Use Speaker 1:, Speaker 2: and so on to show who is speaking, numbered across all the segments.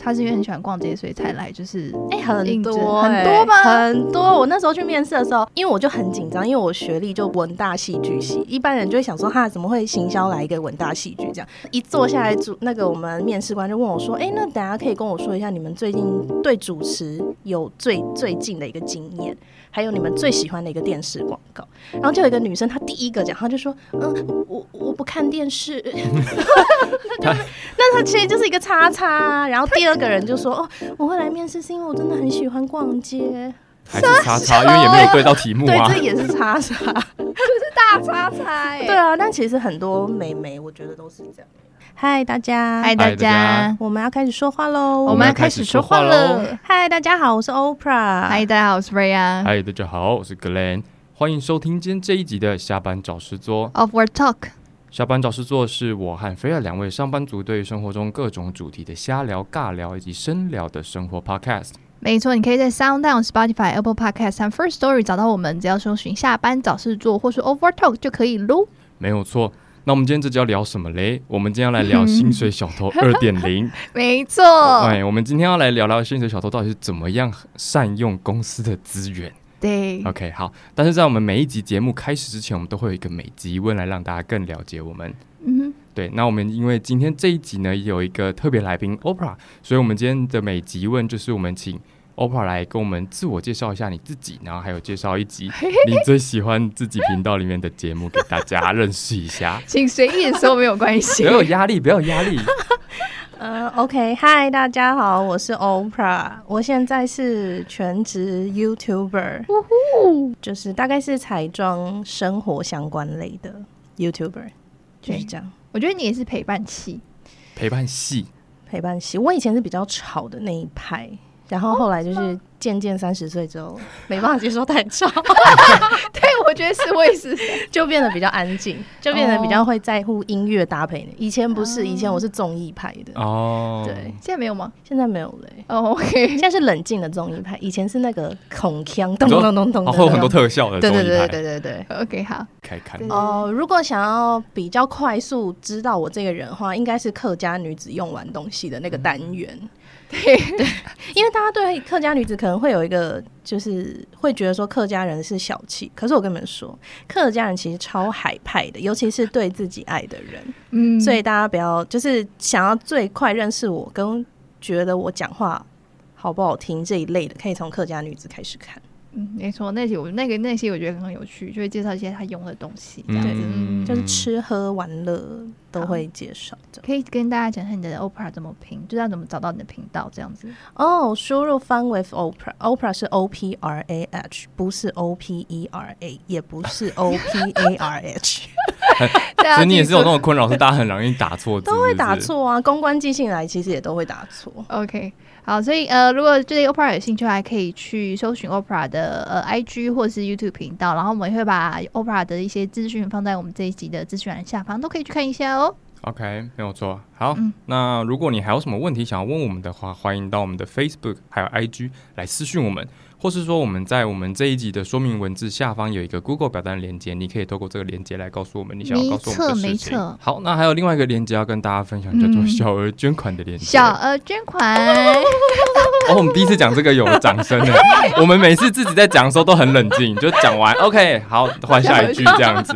Speaker 1: 他是因为很喜欢逛街，所以才来，就是
Speaker 2: 哎、很
Speaker 1: 应征
Speaker 2: 多、
Speaker 1: 很
Speaker 2: 哎
Speaker 1: 多吧
Speaker 2: 很多。我那时候去面试的时候，因为我就很紧张，因为我学历就文大戏剧系，一般人就会想说，哈，怎么会行销来一个文大戏剧这样？一坐下来，主那个我们面试官就问我说，哎、那大家可以跟我说一下你们最近对主持有最最近的一个经验，还有你们最喜欢的一个电视广告。然后就有一个女生，她第一个讲，她就说，嗯，我我不看电视。 那她其实就是一个叉叉啊。然后第二个人就说，哦，我会来面试是因为我真的很喜欢逛街。
Speaker 3: 还是叉叉，因为也没有对到题目
Speaker 2: 对，
Speaker 3: 啊
Speaker 2: 这。也是叉叉。
Speaker 1: 大叉哎叉、
Speaker 2: 对，啊，但其实很多美眉，我觉得都是这样。嗨，大家，
Speaker 1: 嗨大
Speaker 3: 嗨大
Speaker 1: 家
Speaker 3: 家，
Speaker 2: 我们要开始说话喽。
Speaker 1: 我
Speaker 3: 我
Speaker 1: 们
Speaker 3: 们
Speaker 1: 要
Speaker 3: 要
Speaker 1: 开
Speaker 3: 开
Speaker 1: 始
Speaker 3: 始
Speaker 1: 说
Speaker 3: 说
Speaker 1: 话
Speaker 3: 话喽
Speaker 1: 了。
Speaker 2: 嗨，大家好，我是 OPRA。
Speaker 1: 嗨，大家好，我是 Raya。
Speaker 3: 嗨，大家好，我是 Glenn，欢迎收听今天这一集的下班找事做。
Speaker 1: Of Word Talk，
Speaker 3: 下班找事做是我和菲尔两位上班族对于生活中各种主题的瞎聊、尬聊以及深聊的生活 Podcast。
Speaker 1: 没错，你可以在 Sound On、Spotify、Apple Podcast 和 First Story 找到我们，只要搜寻“下班找事做”或是 Over Talk 就可以喽。
Speaker 3: 没有错。那我们今天这集要聊什么嘞？我们今天要来聊薪水小偷二点 零。
Speaker 1: 没错，
Speaker 2: 哦
Speaker 3: 哎，我们今天要来聊聊薪水小偷到底是怎么样善用公司的资源。
Speaker 2: 嗯
Speaker 1: 对，
Speaker 3: OK，好。但是在我们每一集节目开始之前，我们都会有一个每集问来让大家更了解我们。
Speaker 1: 嗯
Speaker 3: 对，那我们因为今天这一集呢有一个特别来宾 OPRA，所以我们今天的每集问就是我们请 OPRA 来跟我们自我介绍一下你自己，然后还有介绍 一集你最喜欢自己频道里面的节目给大家认识一下
Speaker 1: 哼，。请随意的 说没有关系
Speaker 3: 不要有压力，不要有压力。
Speaker 2: 呃，OK，嗨，大家好，我是 OPRA，我现在是全职 YouTuber，就是大概是彩妆、生活相关类的 YouTuber，就是这样。
Speaker 1: 我觉得你也是陪伴器，
Speaker 3: 陪伴系，
Speaker 2: 陪伴系。我以前是比较吵的那一派，然
Speaker 3: 哦
Speaker 2: 后后来就是渐渐三十岁之后，没办法接受太 吵，
Speaker 1: 对，我觉得是，我也是。
Speaker 2: 就变得比较安静，就变得比较会在乎音乐搭配。以前不
Speaker 1: 哦
Speaker 2: 是，以前我是综艺派的，
Speaker 3: 哦，
Speaker 2: 对，
Speaker 1: 现在没有吗？
Speaker 2: 现在没有了欸、
Speaker 1: 哦、o k
Speaker 2: 现在是冷静的综艺派，以前是那个孔锵咚
Speaker 3: 嗯
Speaker 2: 咚
Speaker 3: 你说
Speaker 2: 咚咚咚
Speaker 3: 哦
Speaker 2: 的，
Speaker 3: 会有很多特效的
Speaker 2: 对
Speaker 3: 综
Speaker 2: 对
Speaker 3: 艺
Speaker 2: 对
Speaker 3: 派，
Speaker 2: 对对对。
Speaker 1: OK，好，
Speaker 3: 可以看
Speaker 1: 对。
Speaker 2: 哦、如果想要比较快速知道我这个人的话，应该是客家女子用完东西的那个单元。
Speaker 1: 对
Speaker 2: 对，因为大家对客家女子可能会有一个，就是会觉得说客家人是小气。可是我跟你们说，客家人其实超海派的，尤其是对自己爱的人。
Speaker 1: 嗯，
Speaker 2: 所以大家不要就是想要最快认识我，跟觉得我讲话好不好听这一类的，可以从客家女子开始看。
Speaker 1: 嗯，没错，那些我那个那些我觉得很有趣，就会介绍一些他用的东西，这样子、
Speaker 3: 嗯，
Speaker 2: 就是吃喝玩乐都会介绍这样。
Speaker 1: 可以跟大家讲一下你的 Opera 怎么拼，就是要怎么找到你的频道这样 子。
Speaker 2: 哦，输入 Fun with Oprah，Oprah 是 O P R A H，不是 O P E R A，也不 是 O P A R H，
Speaker 1: 啊
Speaker 3: 所以你也是有那
Speaker 1: 弄
Speaker 3: 种困扰，是大家很容易打错字，
Speaker 2: 啊都会打
Speaker 3: 是不是。
Speaker 2: 错啊。公关寄信来其实也都会打 错。
Speaker 1: OK，好，所以呃，如果对 Opera 有兴趣，还可以去搜寻 Opera 的呃 IG 或是 YouTube 频道，然后我们也会把 Opera 的一些资讯放在我们这一集的资讯栏下方，都可以去看一下哦。
Speaker 3: OK，没有错。好，
Speaker 1: 嗯
Speaker 3: 那如果你还有什么问题想要问我们的话，欢迎到我们的 Facebook 还有 IG 来私讯我们，或是说我们在我们这一集的说明文字下方有一个 Google 表单连接，你可以透过这个连接来告诉我们你想要告诉我们的
Speaker 1: 没
Speaker 3: 事
Speaker 1: 错没错
Speaker 3: 情。好，那还有另外一个连接要跟大家分享，叫做
Speaker 1: 嗯
Speaker 3: 小额捐款的连接。
Speaker 1: 小额捐款，
Speaker 3: 哦，我们第一次讲这个有了掌声 呢。我们每次自己在讲的时候都很冷静，就讲完 OK，好，换下一句这样 子。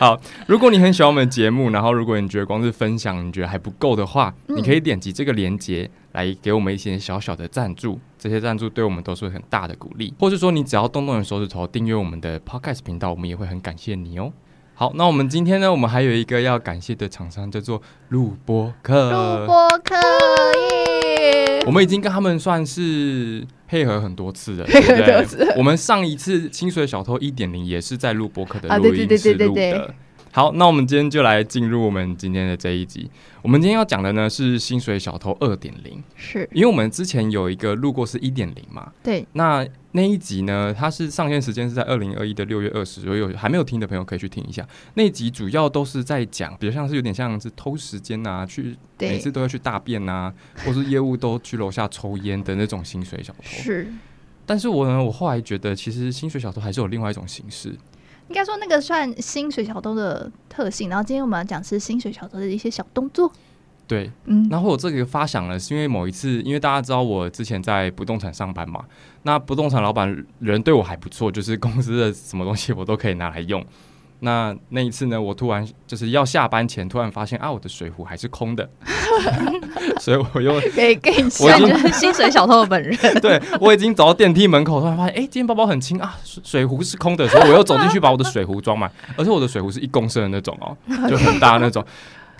Speaker 3: 好，如果你很喜欢我们的节目，然后如果你觉得光是分享你觉得还不够的话，
Speaker 1: 嗯
Speaker 3: 你可以点击这个链接来给我们一些小小的赞助，这些赞助对我们都是很大的鼓励。或是说你只要动动你的手指头订阅我们的 Podcast 频道，我们也会很感谢你哦。好，那我们今天呢，我们还有一个要感谢的厂商叫做录播客。
Speaker 1: 录播课 耶，
Speaker 3: 我们已经跟他们算是配合很多 次了，对不
Speaker 1: 很多
Speaker 3: 对？
Speaker 1: 次
Speaker 3: 我们上一次《清水小偷一点零》也是在录播客
Speaker 1: 啊
Speaker 3: 的
Speaker 1: 对
Speaker 3: 录音
Speaker 1: 对对
Speaker 3: 室
Speaker 1: 对
Speaker 3: 录
Speaker 1: 对
Speaker 3: 的。好，那我们今天就来进入我们今天的这一集。我们今天要讲的呢是《薪水小偷二点零》，
Speaker 1: 是
Speaker 3: 因为我们之前有一个录过是一点零嘛，
Speaker 1: 对，
Speaker 3: 那那一集呢，它是上线时间是在二零二一的六月二十，所以有还没有听的朋友可以去听一下。那一集主要都是在讲，比如像是有点像是偷时间啊，去
Speaker 1: 对
Speaker 3: 每次都要去大便 啊，或是业务都去楼下抽烟的那种薪水小偷。
Speaker 1: 是。
Speaker 3: 但是我呢，我后来觉得其实薪水小偷还是有另外一种形式，
Speaker 1: 应该说那个算薪水小偷的特性，然后今天我们要讲是薪水小偷的一些小动作。
Speaker 3: 对，
Speaker 1: 嗯，
Speaker 3: 然后我这个发想呢，是因为某一次，因为大家知道我之前在不动产上班嘛，那不动产老板人对我还不错，就是公司的什么东西我都可以拿来用。那那一次呢，我突然就是要下班前，突然发现啊，我的水壶还是空的， 所以我又
Speaker 1: 给给 你
Speaker 3: 我已经
Speaker 1: 就是薪水小偷的本人，
Speaker 3: 对我已经走到电梯门口，突然发现，哎、今天包包很轻啊，水水壶是空的，所以我又走进去把我的水壶装满，而且我的水壶是一公升的那种哦，就很大那种。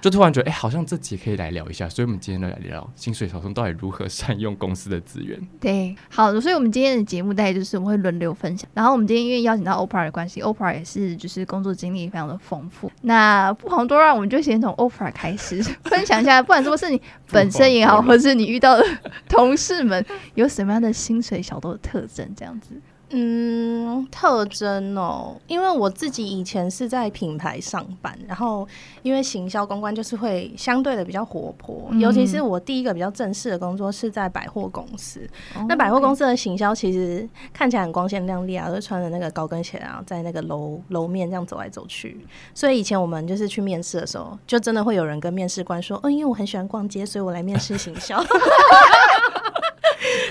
Speaker 3: 就突然觉得，哎、好像这集可以来聊一下，所以我们今天来聊薪水小偷到底如何善用公司的资源。
Speaker 1: 对，好，所以我们今天的节目大概就是我们会轮流分享。然后我们今天因为邀请到 OPRA 的关系，OPRA 也是就是工作经历非常的丰富。那不遑多让，我们就先从 OPRA 开始分享一下，不管说是你本身也好，
Speaker 3: 不遑多让
Speaker 1: 或是你遇到的同事们有什么样的薪水小偷的特征，这样子。
Speaker 2: 嗯，特征哦，因为我自己以前是在品牌上班，然后因为行销公关就是会相对的比较活泼，
Speaker 1: 嗯
Speaker 2: 尤其是我第一个比较正式的工作是在百货公司。
Speaker 1: 哦
Speaker 2: 那百货公
Speaker 1: 司
Speaker 2: 司的行销其实看起来很光鲜亮丽啊，就穿着那个高跟鞋啊，在那个楼楼面这样走来走去。所以以前我们就是去面试的时候，就真的会有人跟面试官说：“嗯，因为我很喜欢逛街，所以我来面试行销。”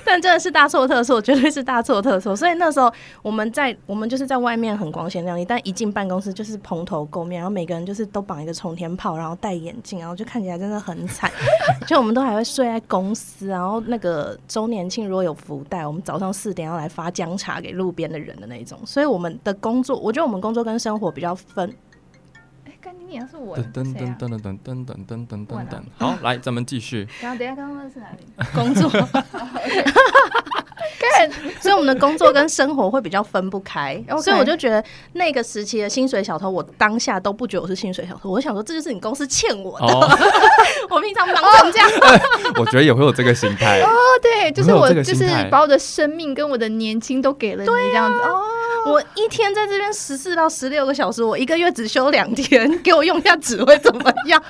Speaker 2: 但真的是大错特错，绝对是大错特错。所以那时候我们在我们就是在外面很光鲜亮丽，但一进办公室就是蓬头垢面，然后每个人就是都绑一个冲天炮，然后戴眼镜，然后就看起来真的很惨。就我们都还会睡在公司，然后那个周年庆如果有福袋，我们早上四点要来发姜茶给路边的人的那一种。所以我们的工作，我觉得我们工作跟生活比较分。
Speaker 1: 哎，干你娘是我
Speaker 3: 噔噔噔噔噔噔噔噔噔噔噔噔，好，来，咱们继续。
Speaker 1: 然后等一下刚刚是哪里？
Speaker 2: 工作，所以我们的工作跟生活会比较分不开。
Speaker 1: OK
Speaker 2: 所以我就觉得那个时期的薪水小偷，我当下都不觉得我是薪水小偷，我想说这就是你公司欠我的，
Speaker 3: 哦，
Speaker 2: 我平常忙成这样。
Speaker 3: 我觉得也会有这个心态。
Speaker 1: 哦，对，就是
Speaker 3: 我有
Speaker 1: 我
Speaker 3: 这个
Speaker 1: 就
Speaker 3: 心
Speaker 1: 是
Speaker 3: 态
Speaker 1: 把我的生命跟我的年轻都给了你这样子哦。
Speaker 2: 我一天在这边十四到十六个小时，我一个月只休两天，给我用一下纸会怎么样？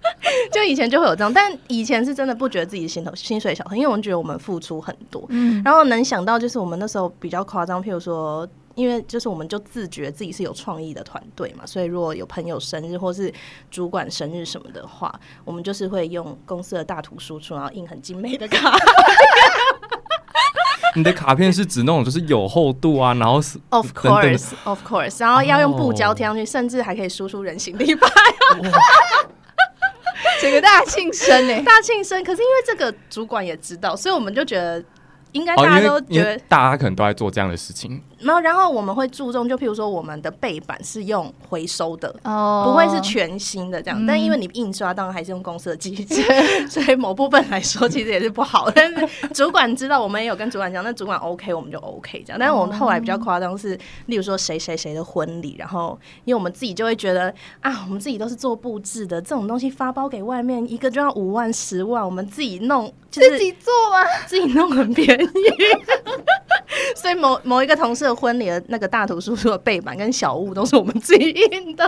Speaker 2: 就以前就会有这样，但以前是真的不觉得自己薪头薪水小偷，因为我们觉得我们付出很多，
Speaker 1: 嗯，
Speaker 2: 然后能想到就是我们那时候比较夸张，譬如说。因为就是我们就自觉自己是有创意的团队嘛，所以如果有朋友生日或是主管生日什么的话，我们就是会用公司的大图输出，然后印很精美的卡。
Speaker 3: 你的卡片是指那种就是有厚度啊，然后是
Speaker 2: Of
Speaker 3: 等等 的
Speaker 2: course, 哦 of course，然后要用布胶贴上去甚至还可以输出人形立牌。，
Speaker 1: 整个大庆生呢
Speaker 2: 大庆生，欸可是因为这个主管也知道，所以我们就觉得应该
Speaker 3: 哦，
Speaker 2: 大
Speaker 3: 因
Speaker 2: 家都
Speaker 3: 为因
Speaker 2: 觉得
Speaker 3: 为，大家可能都在做这样的事情。
Speaker 2: 然后然后我们会注重，就譬如说我们的背板是用回收的。
Speaker 1: 哦，
Speaker 2: 不会是全新的这样，
Speaker 1: 嗯
Speaker 2: 但因为你印刷当然还是用公司的机 制， 所以某部分来说其实也是不好。 但是主管知道，我们也有跟主管讲，那主管 OK 我们就 OK 这样。但是我们后来比较夸张是，例如说谁谁谁的婚礼，然后因为我们自己就会觉得啊，我们自己都是做布置的，这种东西发包给外面一个就要五万十万，我们自己弄就是
Speaker 1: 自己做吗？
Speaker 2: 自己弄很便宜。 所以某某一个同事的婚礼的那个大图叔叔的背板跟小物都是我们自己印的。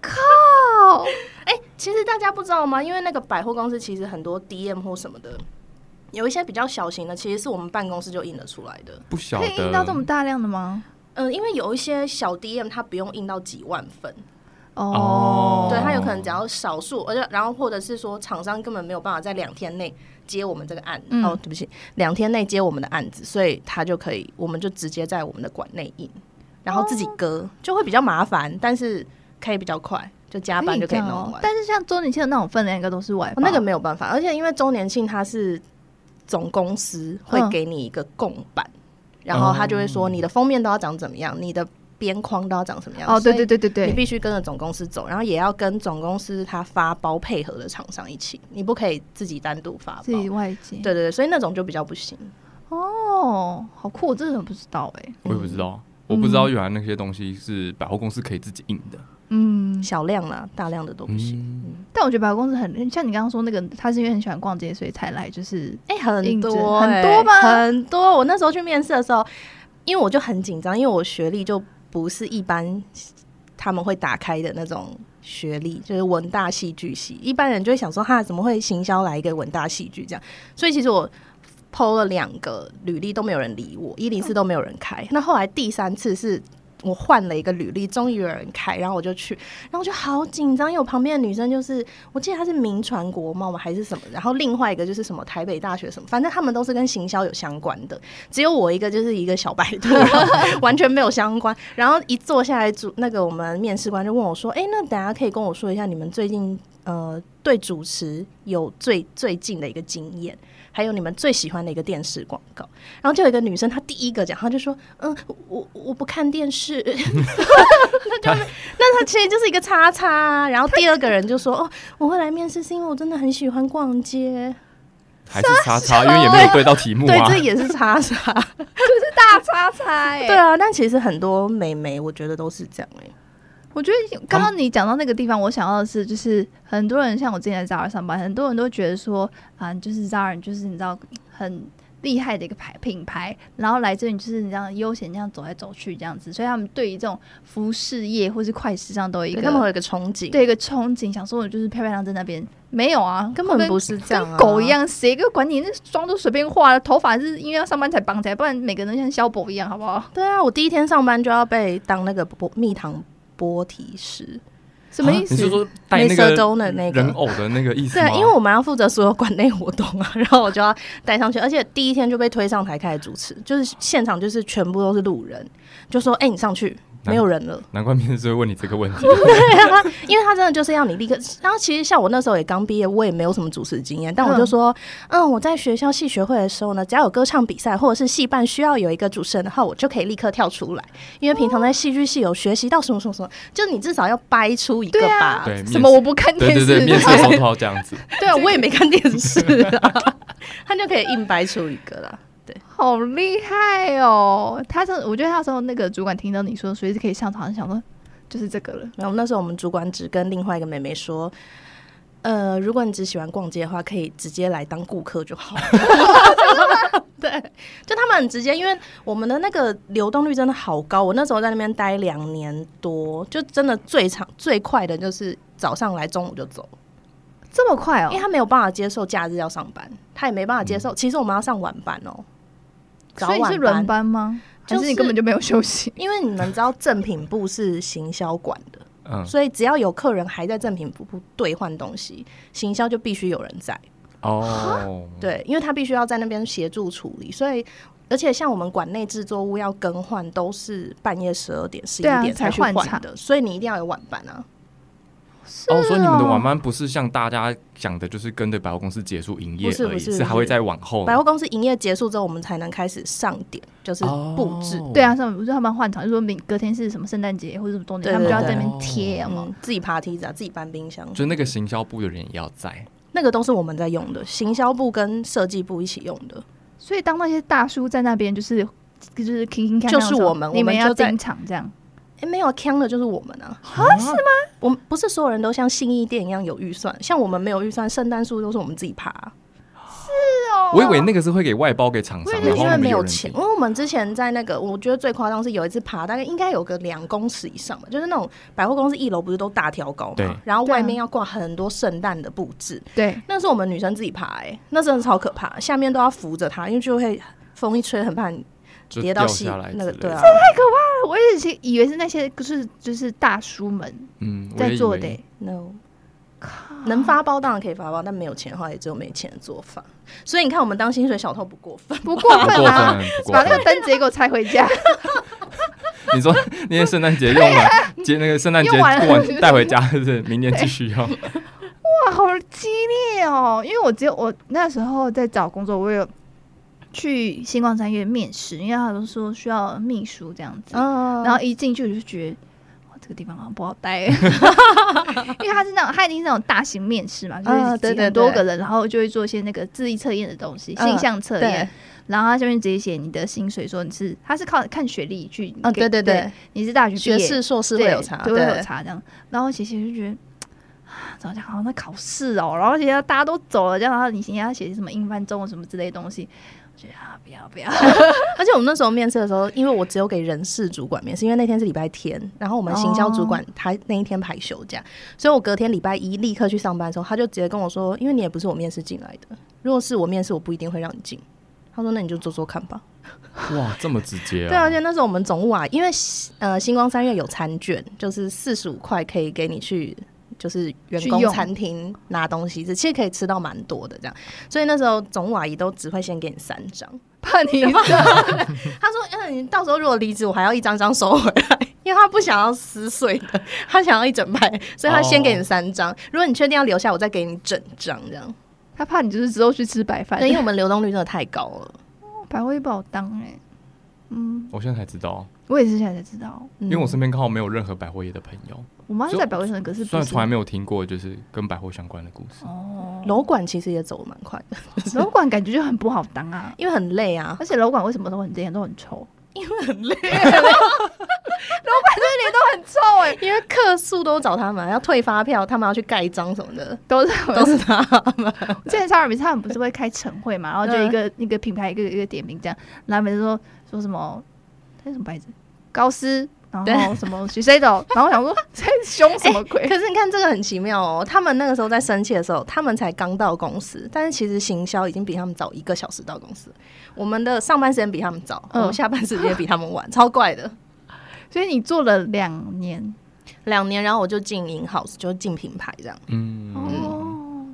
Speaker 1: 靠，
Speaker 2: 哎、其实大家不知道吗？因为那个百货公司其实很多 DM 或什么的，有一些比较小型的，其实是我们办公室就印得出来的。
Speaker 3: 不晓
Speaker 1: 可
Speaker 3: 得
Speaker 1: 以印到这么大量的吗？
Speaker 2: 嗯、因为有一些小 DM 它不用印到几万份，
Speaker 1: 哦
Speaker 3: 哦，
Speaker 2: 对，它有可能只要少数，而且然后或者是说厂商根本没有办法在两天内接我们这个案，
Speaker 1: 嗯
Speaker 2: 哦，对不起，两天内接我们的案子，所以他就可以，我们就直接在我们的馆内印，然后自
Speaker 1: 哦
Speaker 2: 己割，就会比较麻烦，但是可以比较快，就加班就可以弄
Speaker 1: 这样哦
Speaker 2: 完。
Speaker 1: 但是像周年庆的那种分量，应该都是外包、
Speaker 2: 哦
Speaker 1: 哦
Speaker 2: 那个没有办法，而且因为周年庆它是总公司会给你一个共版，然后他就会说你的封面都要长怎么样，你的边框都要长什么样。
Speaker 1: 哦，对对
Speaker 2: 对。
Speaker 1: 对对
Speaker 2: 你
Speaker 1: 对，
Speaker 2: 必须跟着总公司走，然后也要跟总公司他发包配合的厂商一起，你不可以自己单独发包。
Speaker 1: 自己外接。
Speaker 2: 对对对，所以那种就比较不行。
Speaker 1: 哦，好酷，我真的很不知道哎、
Speaker 3: 我也不知道，我不知道原来那些东西是百货公司可以自己印的。
Speaker 1: 嗯，
Speaker 2: 小量啦，大量的都不行。
Speaker 3: 嗯，
Speaker 1: 但我觉得百货公司很像你刚刚说那个，他是因为很喜欢逛街，所以才来，就是
Speaker 2: 哎、很
Speaker 1: 应征
Speaker 2: 多、
Speaker 1: 很
Speaker 2: 哎
Speaker 1: 多吗
Speaker 2: 很多。我那时候去面试的时候，因为我就很紧张，因为我学历就不是一般他们会打开的那种学历，就是文大戏剧系。一般人就会想说，哈，怎么会行销来一个文大戏剧这样？所以其实我。抛了两个履历都没有人理我，一零四都没有人开。那后来第三次是我换了一个履历，终于有人开，然后我就去，然后我就好紧张，因为我旁边的女生就是，我记得她是名传国贸嘛还是什么，然后另外一个就是什么台北大学什么，反正他们都是跟行销有相关的，只有我一个就是一个小白兔，完全没有相关。然后一坐下来，主那个我们面试官就问我说：“哎、那等下可以跟我说一下你们最近呃对主持有最最近的一个经验，还有你们最喜欢的一个电视广告。”然后就有一个女生，她第一个讲，她就说：“嗯，我我不看电视。” 那就那她其实就是一个叉叉啊。然后第二个人就说：“哦，我会来面试是因为我真的很喜欢逛街。
Speaker 3: 还是叉叉，因为也没有对到题目
Speaker 2: 对
Speaker 3: 啊，。
Speaker 2: 这也是叉叉。
Speaker 1: 大叉叉、 欸
Speaker 2: 对，啊，但其实很多美眉，我觉得都是这样哎、
Speaker 1: 我觉得刚刚你讲到那个地方，我想到的是，就是很多人像我之前在 Zara 上班，很多人都觉得说啊，就是 Zara 就是你知道很厉害的一个牌品牌，然后来这里就是你这样悠闲这样走来走去这样子，所以他们对于这种服饰业或是快时尚都有一
Speaker 2: 对他们
Speaker 1: 个
Speaker 2: 会有一个憧憬，，
Speaker 1: 对一个憧憬，想说我就是漂漂亮在那边没有啊，
Speaker 2: 根本
Speaker 1: 跟
Speaker 2: 不是这样、啊，
Speaker 1: 跟狗一。样，谁个管你那妆都随便化了，头发是因为要上班才绑起来，不然每个人都像萧伯一样，好不好？
Speaker 2: 对啊，我第一天上班就要被当那个波蜜糖波提师，
Speaker 1: 什么意思？
Speaker 3: 啊你是说带那
Speaker 2: 蛇
Speaker 3: 个
Speaker 2: 粥的那个
Speaker 3: 人偶的那个意思
Speaker 2: 对
Speaker 3: 吗？
Speaker 2: 啊，因为我们要负责所有馆内活动啊， 然后我就要带上去，而且第一天就被推上台开始主持，就是现场就是全部都是路人，就说：“哎、你上去，没有人了。”
Speaker 3: 难怪面试会问你这个问 题。
Speaker 2: 对啊，因为他真的就是要你立刻。然后其实像我那时候也刚毕业，我也没有什么主持经验，但我就说，嗯我在学校戏学会的时候呢，只要有歌唱比赛或者是戏办需要有一个主持人的话，我就可以立刻跳出来，因为平常在戏剧系有学习到什么什么什么，就你至少要掰出一个
Speaker 1: 对啊
Speaker 2: 吧。
Speaker 3: 对，面
Speaker 1: 什么我不看
Speaker 3: 对
Speaker 1: 电
Speaker 3: 对
Speaker 1: 视，
Speaker 3: 对，面试的时候都要这样子。
Speaker 2: 对啊，我也没看电视啊， 他就可以硬掰出一个啦。
Speaker 1: 好厉害哦！他是我觉得他时候那个主管听到你说随时可以上场，想说就是这个了。
Speaker 2: 然后那时候我们主管只跟另外一个妹妹说。呃，如果你只喜欢逛街的话，可以直接来当顾客就好了。 对，就他们很直接，因为我们的那个流动率真的好高。我那时候在那边待两年多，就真的最长最快的就是早上来，中午就走，
Speaker 1: 这么快
Speaker 2: 因为他没有办法接受假日要上班，他也没办法接受。其实我们要上晚班哦，
Speaker 1: 嗯
Speaker 2: 早
Speaker 1: 所以你是
Speaker 2: 晚班
Speaker 1: 轮班吗？
Speaker 2: 就是
Speaker 1: 还是你根本就没有休息？
Speaker 2: 因为你们知道正品部是行销管的，
Speaker 3: 嗯，
Speaker 2: 所以只要有客人还在正品部兑换东西，行销就必须有人在，
Speaker 3: 嗯
Speaker 2: 啊
Speaker 3: 哦，
Speaker 2: 对，因为他必须要在那边协助处理，所以。而且像我们馆内制作物要更换，都是半夜十二点、十一
Speaker 1: 对啊
Speaker 2: 点
Speaker 1: 才
Speaker 2: 去
Speaker 1: 换
Speaker 2: 换
Speaker 1: 场
Speaker 2: 的，所以你一定要有晚班啊。
Speaker 3: 哦，所以你们的晚班不是像大家讲的，就是跟着百货公司结束营业
Speaker 2: 不是
Speaker 3: 而已，
Speaker 2: 不是
Speaker 3: 还会再往后
Speaker 2: 百货公司营业结束之后，我们才能开始上点，就是布置。
Speaker 3: 哦
Speaker 1: 对啊，上面不是他们换场，就说明隔天是什么圣诞节或者什么周年，
Speaker 2: 对
Speaker 1: 他们就要
Speaker 2: 对
Speaker 1: 在那
Speaker 2: 对
Speaker 1: 边贴，有没有
Speaker 3: 哦
Speaker 2: 嗯，自己爬梯子啊，自己搬冰箱，
Speaker 3: 就那个行销部的人也要在。
Speaker 2: 那个都是我们在用的，行销部跟设计部一起用的。
Speaker 1: 所以当那些大叔在那边就是就是勤勤看，
Speaker 2: 就是我们
Speaker 1: 你
Speaker 2: 我们
Speaker 1: 要
Speaker 2: 就在
Speaker 1: 进场这样。
Speaker 2: 哎，没有啊坑的就是我们啊，
Speaker 3: 啊，是吗？
Speaker 2: 我们不是所有人都像信义店一样有预算，像我们没有预算，圣诞树都是我们自己爬、
Speaker 3: 我以
Speaker 1: 哦
Speaker 3: 为那个是会给外包给厂
Speaker 2: 我
Speaker 3: 商，
Speaker 2: 也
Speaker 3: 然
Speaker 2: 是
Speaker 3: 后
Speaker 2: 因为
Speaker 3: 你们
Speaker 2: 没有
Speaker 3: 人
Speaker 2: 钱，
Speaker 3: 给
Speaker 2: 因为我们之前在那个，我觉得最夸张是有一次爬，大概应该有个两公尺以上吧，就是那种百货公司一楼不是都大挑高
Speaker 3: 对
Speaker 2: 嘛，然后外
Speaker 1: 对
Speaker 2: 面
Speaker 1: 啊
Speaker 2: 要挂很多圣诞的布置，
Speaker 1: 对，
Speaker 2: 那是我们女生自己爬、欸，那真的超可怕，下面都要扶着它，因为就会风一吹，很怕你
Speaker 3: 就
Speaker 2: 跌
Speaker 3: 掉
Speaker 2: 到戏
Speaker 3: 下来
Speaker 2: 那个，
Speaker 3: 之类
Speaker 2: 对
Speaker 3: 的
Speaker 2: 啊，，
Speaker 1: 我也是以为是那些就是就是大叔们
Speaker 3: 嗯，我也
Speaker 1: 在
Speaker 3: 以
Speaker 1: 做
Speaker 3: 为
Speaker 1: 的、欸。
Speaker 2: no。能发包当然可以发包，但没有钱的话也只有没钱的做法。所以你看，我们当薪水小偷不过分，
Speaker 1: 不过
Speaker 3: 不
Speaker 1: 分
Speaker 3: 过
Speaker 1: 啊！
Speaker 3: 分，不过
Speaker 1: 把那
Speaker 3: 分。
Speaker 1: 个灯直接给我拆回家，
Speaker 3: 你说那天圣诞节用完，接那个圣诞节
Speaker 1: 啊用完
Speaker 3: 过
Speaker 1: 了
Speaker 3: 完带回家， 是不是明年继续用？
Speaker 1: 哇，好激烈哦！因为我只有我那时候在找工作，我有去星光三月面试，因为他们说需要秘书这样子，
Speaker 2: 嗯，
Speaker 1: 然后一进去我就觉得。哇，这个地方好像不好待， 因为他是那种他一定是那种大型面试嘛，就是
Speaker 2: 嗯对
Speaker 1: 几
Speaker 2: 对
Speaker 1: 很多
Speaker 2: 对
Speaker 1: 个人，然后就会做一些那个智力测验的东西，
Speaker 2: 嗯
Speaker 1: 性向测验
Speaker 2: 对，，
Speaker 1: 然后他下面直接写你的薪水，说你是他是靠看学历去
Speaker 2: 啊，
Speaker 1: 给
Speaker 2: 对对对，，
Speaker 1: 你是大学毕
Speaker 2: 学
Speaker 1: 业
Speaker 2: 士、硕士会
Speaker 1: 对
Speaker 2: 有差，
Speaker 1: 对，会有差这样。然后写写就觉得。啊怎么讲？好像在考试哦，然后写大家都走了，这样，然后你写要写什么英翻中文什么之类的东西，我觉得啊，不要不要，
Speaker 2: 而且我们那时候面试的时候，因为我只有给人事主管面试，因为那天是礼拜天，然后我们行销主管他那一天排休假，所以我隔天礼拜一立刻去上班的时候，他就直接跟我说，因为你也不是我面试进来的，如果是我面试，我不一定会让你进。他说那你就做做看吧。
Speaker 3: 哇，这么直接啊！
Speaker 2: 对，而且那时候我们总务啊，因为呃星光三月有餐券，就是四十五块可以给你去。就是员
Speaker 1: 去
Speaker 2: 工
Speaker 1: 用
Speaker 2: 餐厅拿东西吃，其实可以吃到蛮多的这样，所以那时候总务阿姨都只会先给你三张。
Speaker 1: 怕 你
Speaker 2: 她说：“嗯、你到时候如果离职，我还要一张张收回来，因为她不想要撕碎的，她想要一整排，所以她先
Speaker 3: 哦
Speaker 2: 给你三张。如果你确定要留下，我再给你整张这样。
Speaker 1: 他怕你就是之后去吃白饭，
Speaker 2: 对，因为我们流动率真的太高了。
Speaker 1: 百货也不好当哎、嗯，
Speaker 3: 我现在才知道，
Speaker 1: 我也是现在才知道，
Speaker 2: 嗯
Speaker 3: 因为我身边刚好没有任何百货业的朋友，
Speaker 1: 我妈是在百货上，可是
Speaker 3: 虽
Speaker 1: 不
Speaker 3: 然
Speaker 1: 是
Speaker 3: 从来没有听过就是跟百货相关的故事。
Speaker 1: 哦，
Speaker 2: 楼管其实也走得蛮快的，
Speaker 1: 楼管感觉就很不好当啊，
Speaker 2: 因为很累啊，
Speaker 1: 而且楼管为什么都很脸都很臭？
Speaker 2: 很累，
Speaker 1: 很臭哎、
Speaker 2: 因为客诉都找他们，要退发票，他们要去盖章什么的，
Speaker 1: 都是
Speaker 2: 都是他。
Speaker 1: 我之前查尔比斯他们不是会开晨会嘛，然后
Speaker 2: 嗯
Speaker 1: 就一个一个品牌一个一个点名这样，然后每次说说什么，他是什么牌子，高斯，然后
Speaker 2: 对哎
Speaker 1: 什么许 C 的， 然后我想说在凶什么鬼？
Speaker 2: 可是你看这个很奇妙哦，他们那个时候在生气的时候，他们才刚到公司，但是其实行销已经比他们早一个小时到公司。我们的上班时间比他们早，
Speaker 1: 嗯
Speaker 2: 我们下班时间比他们晚， 超怪的。
Speaker 1: 所以你做了两年
Speaker 2: 两年，然后我就进 in house，就进品牌这样。
Speaker 3: 嗯，
Speaker 1: 哦，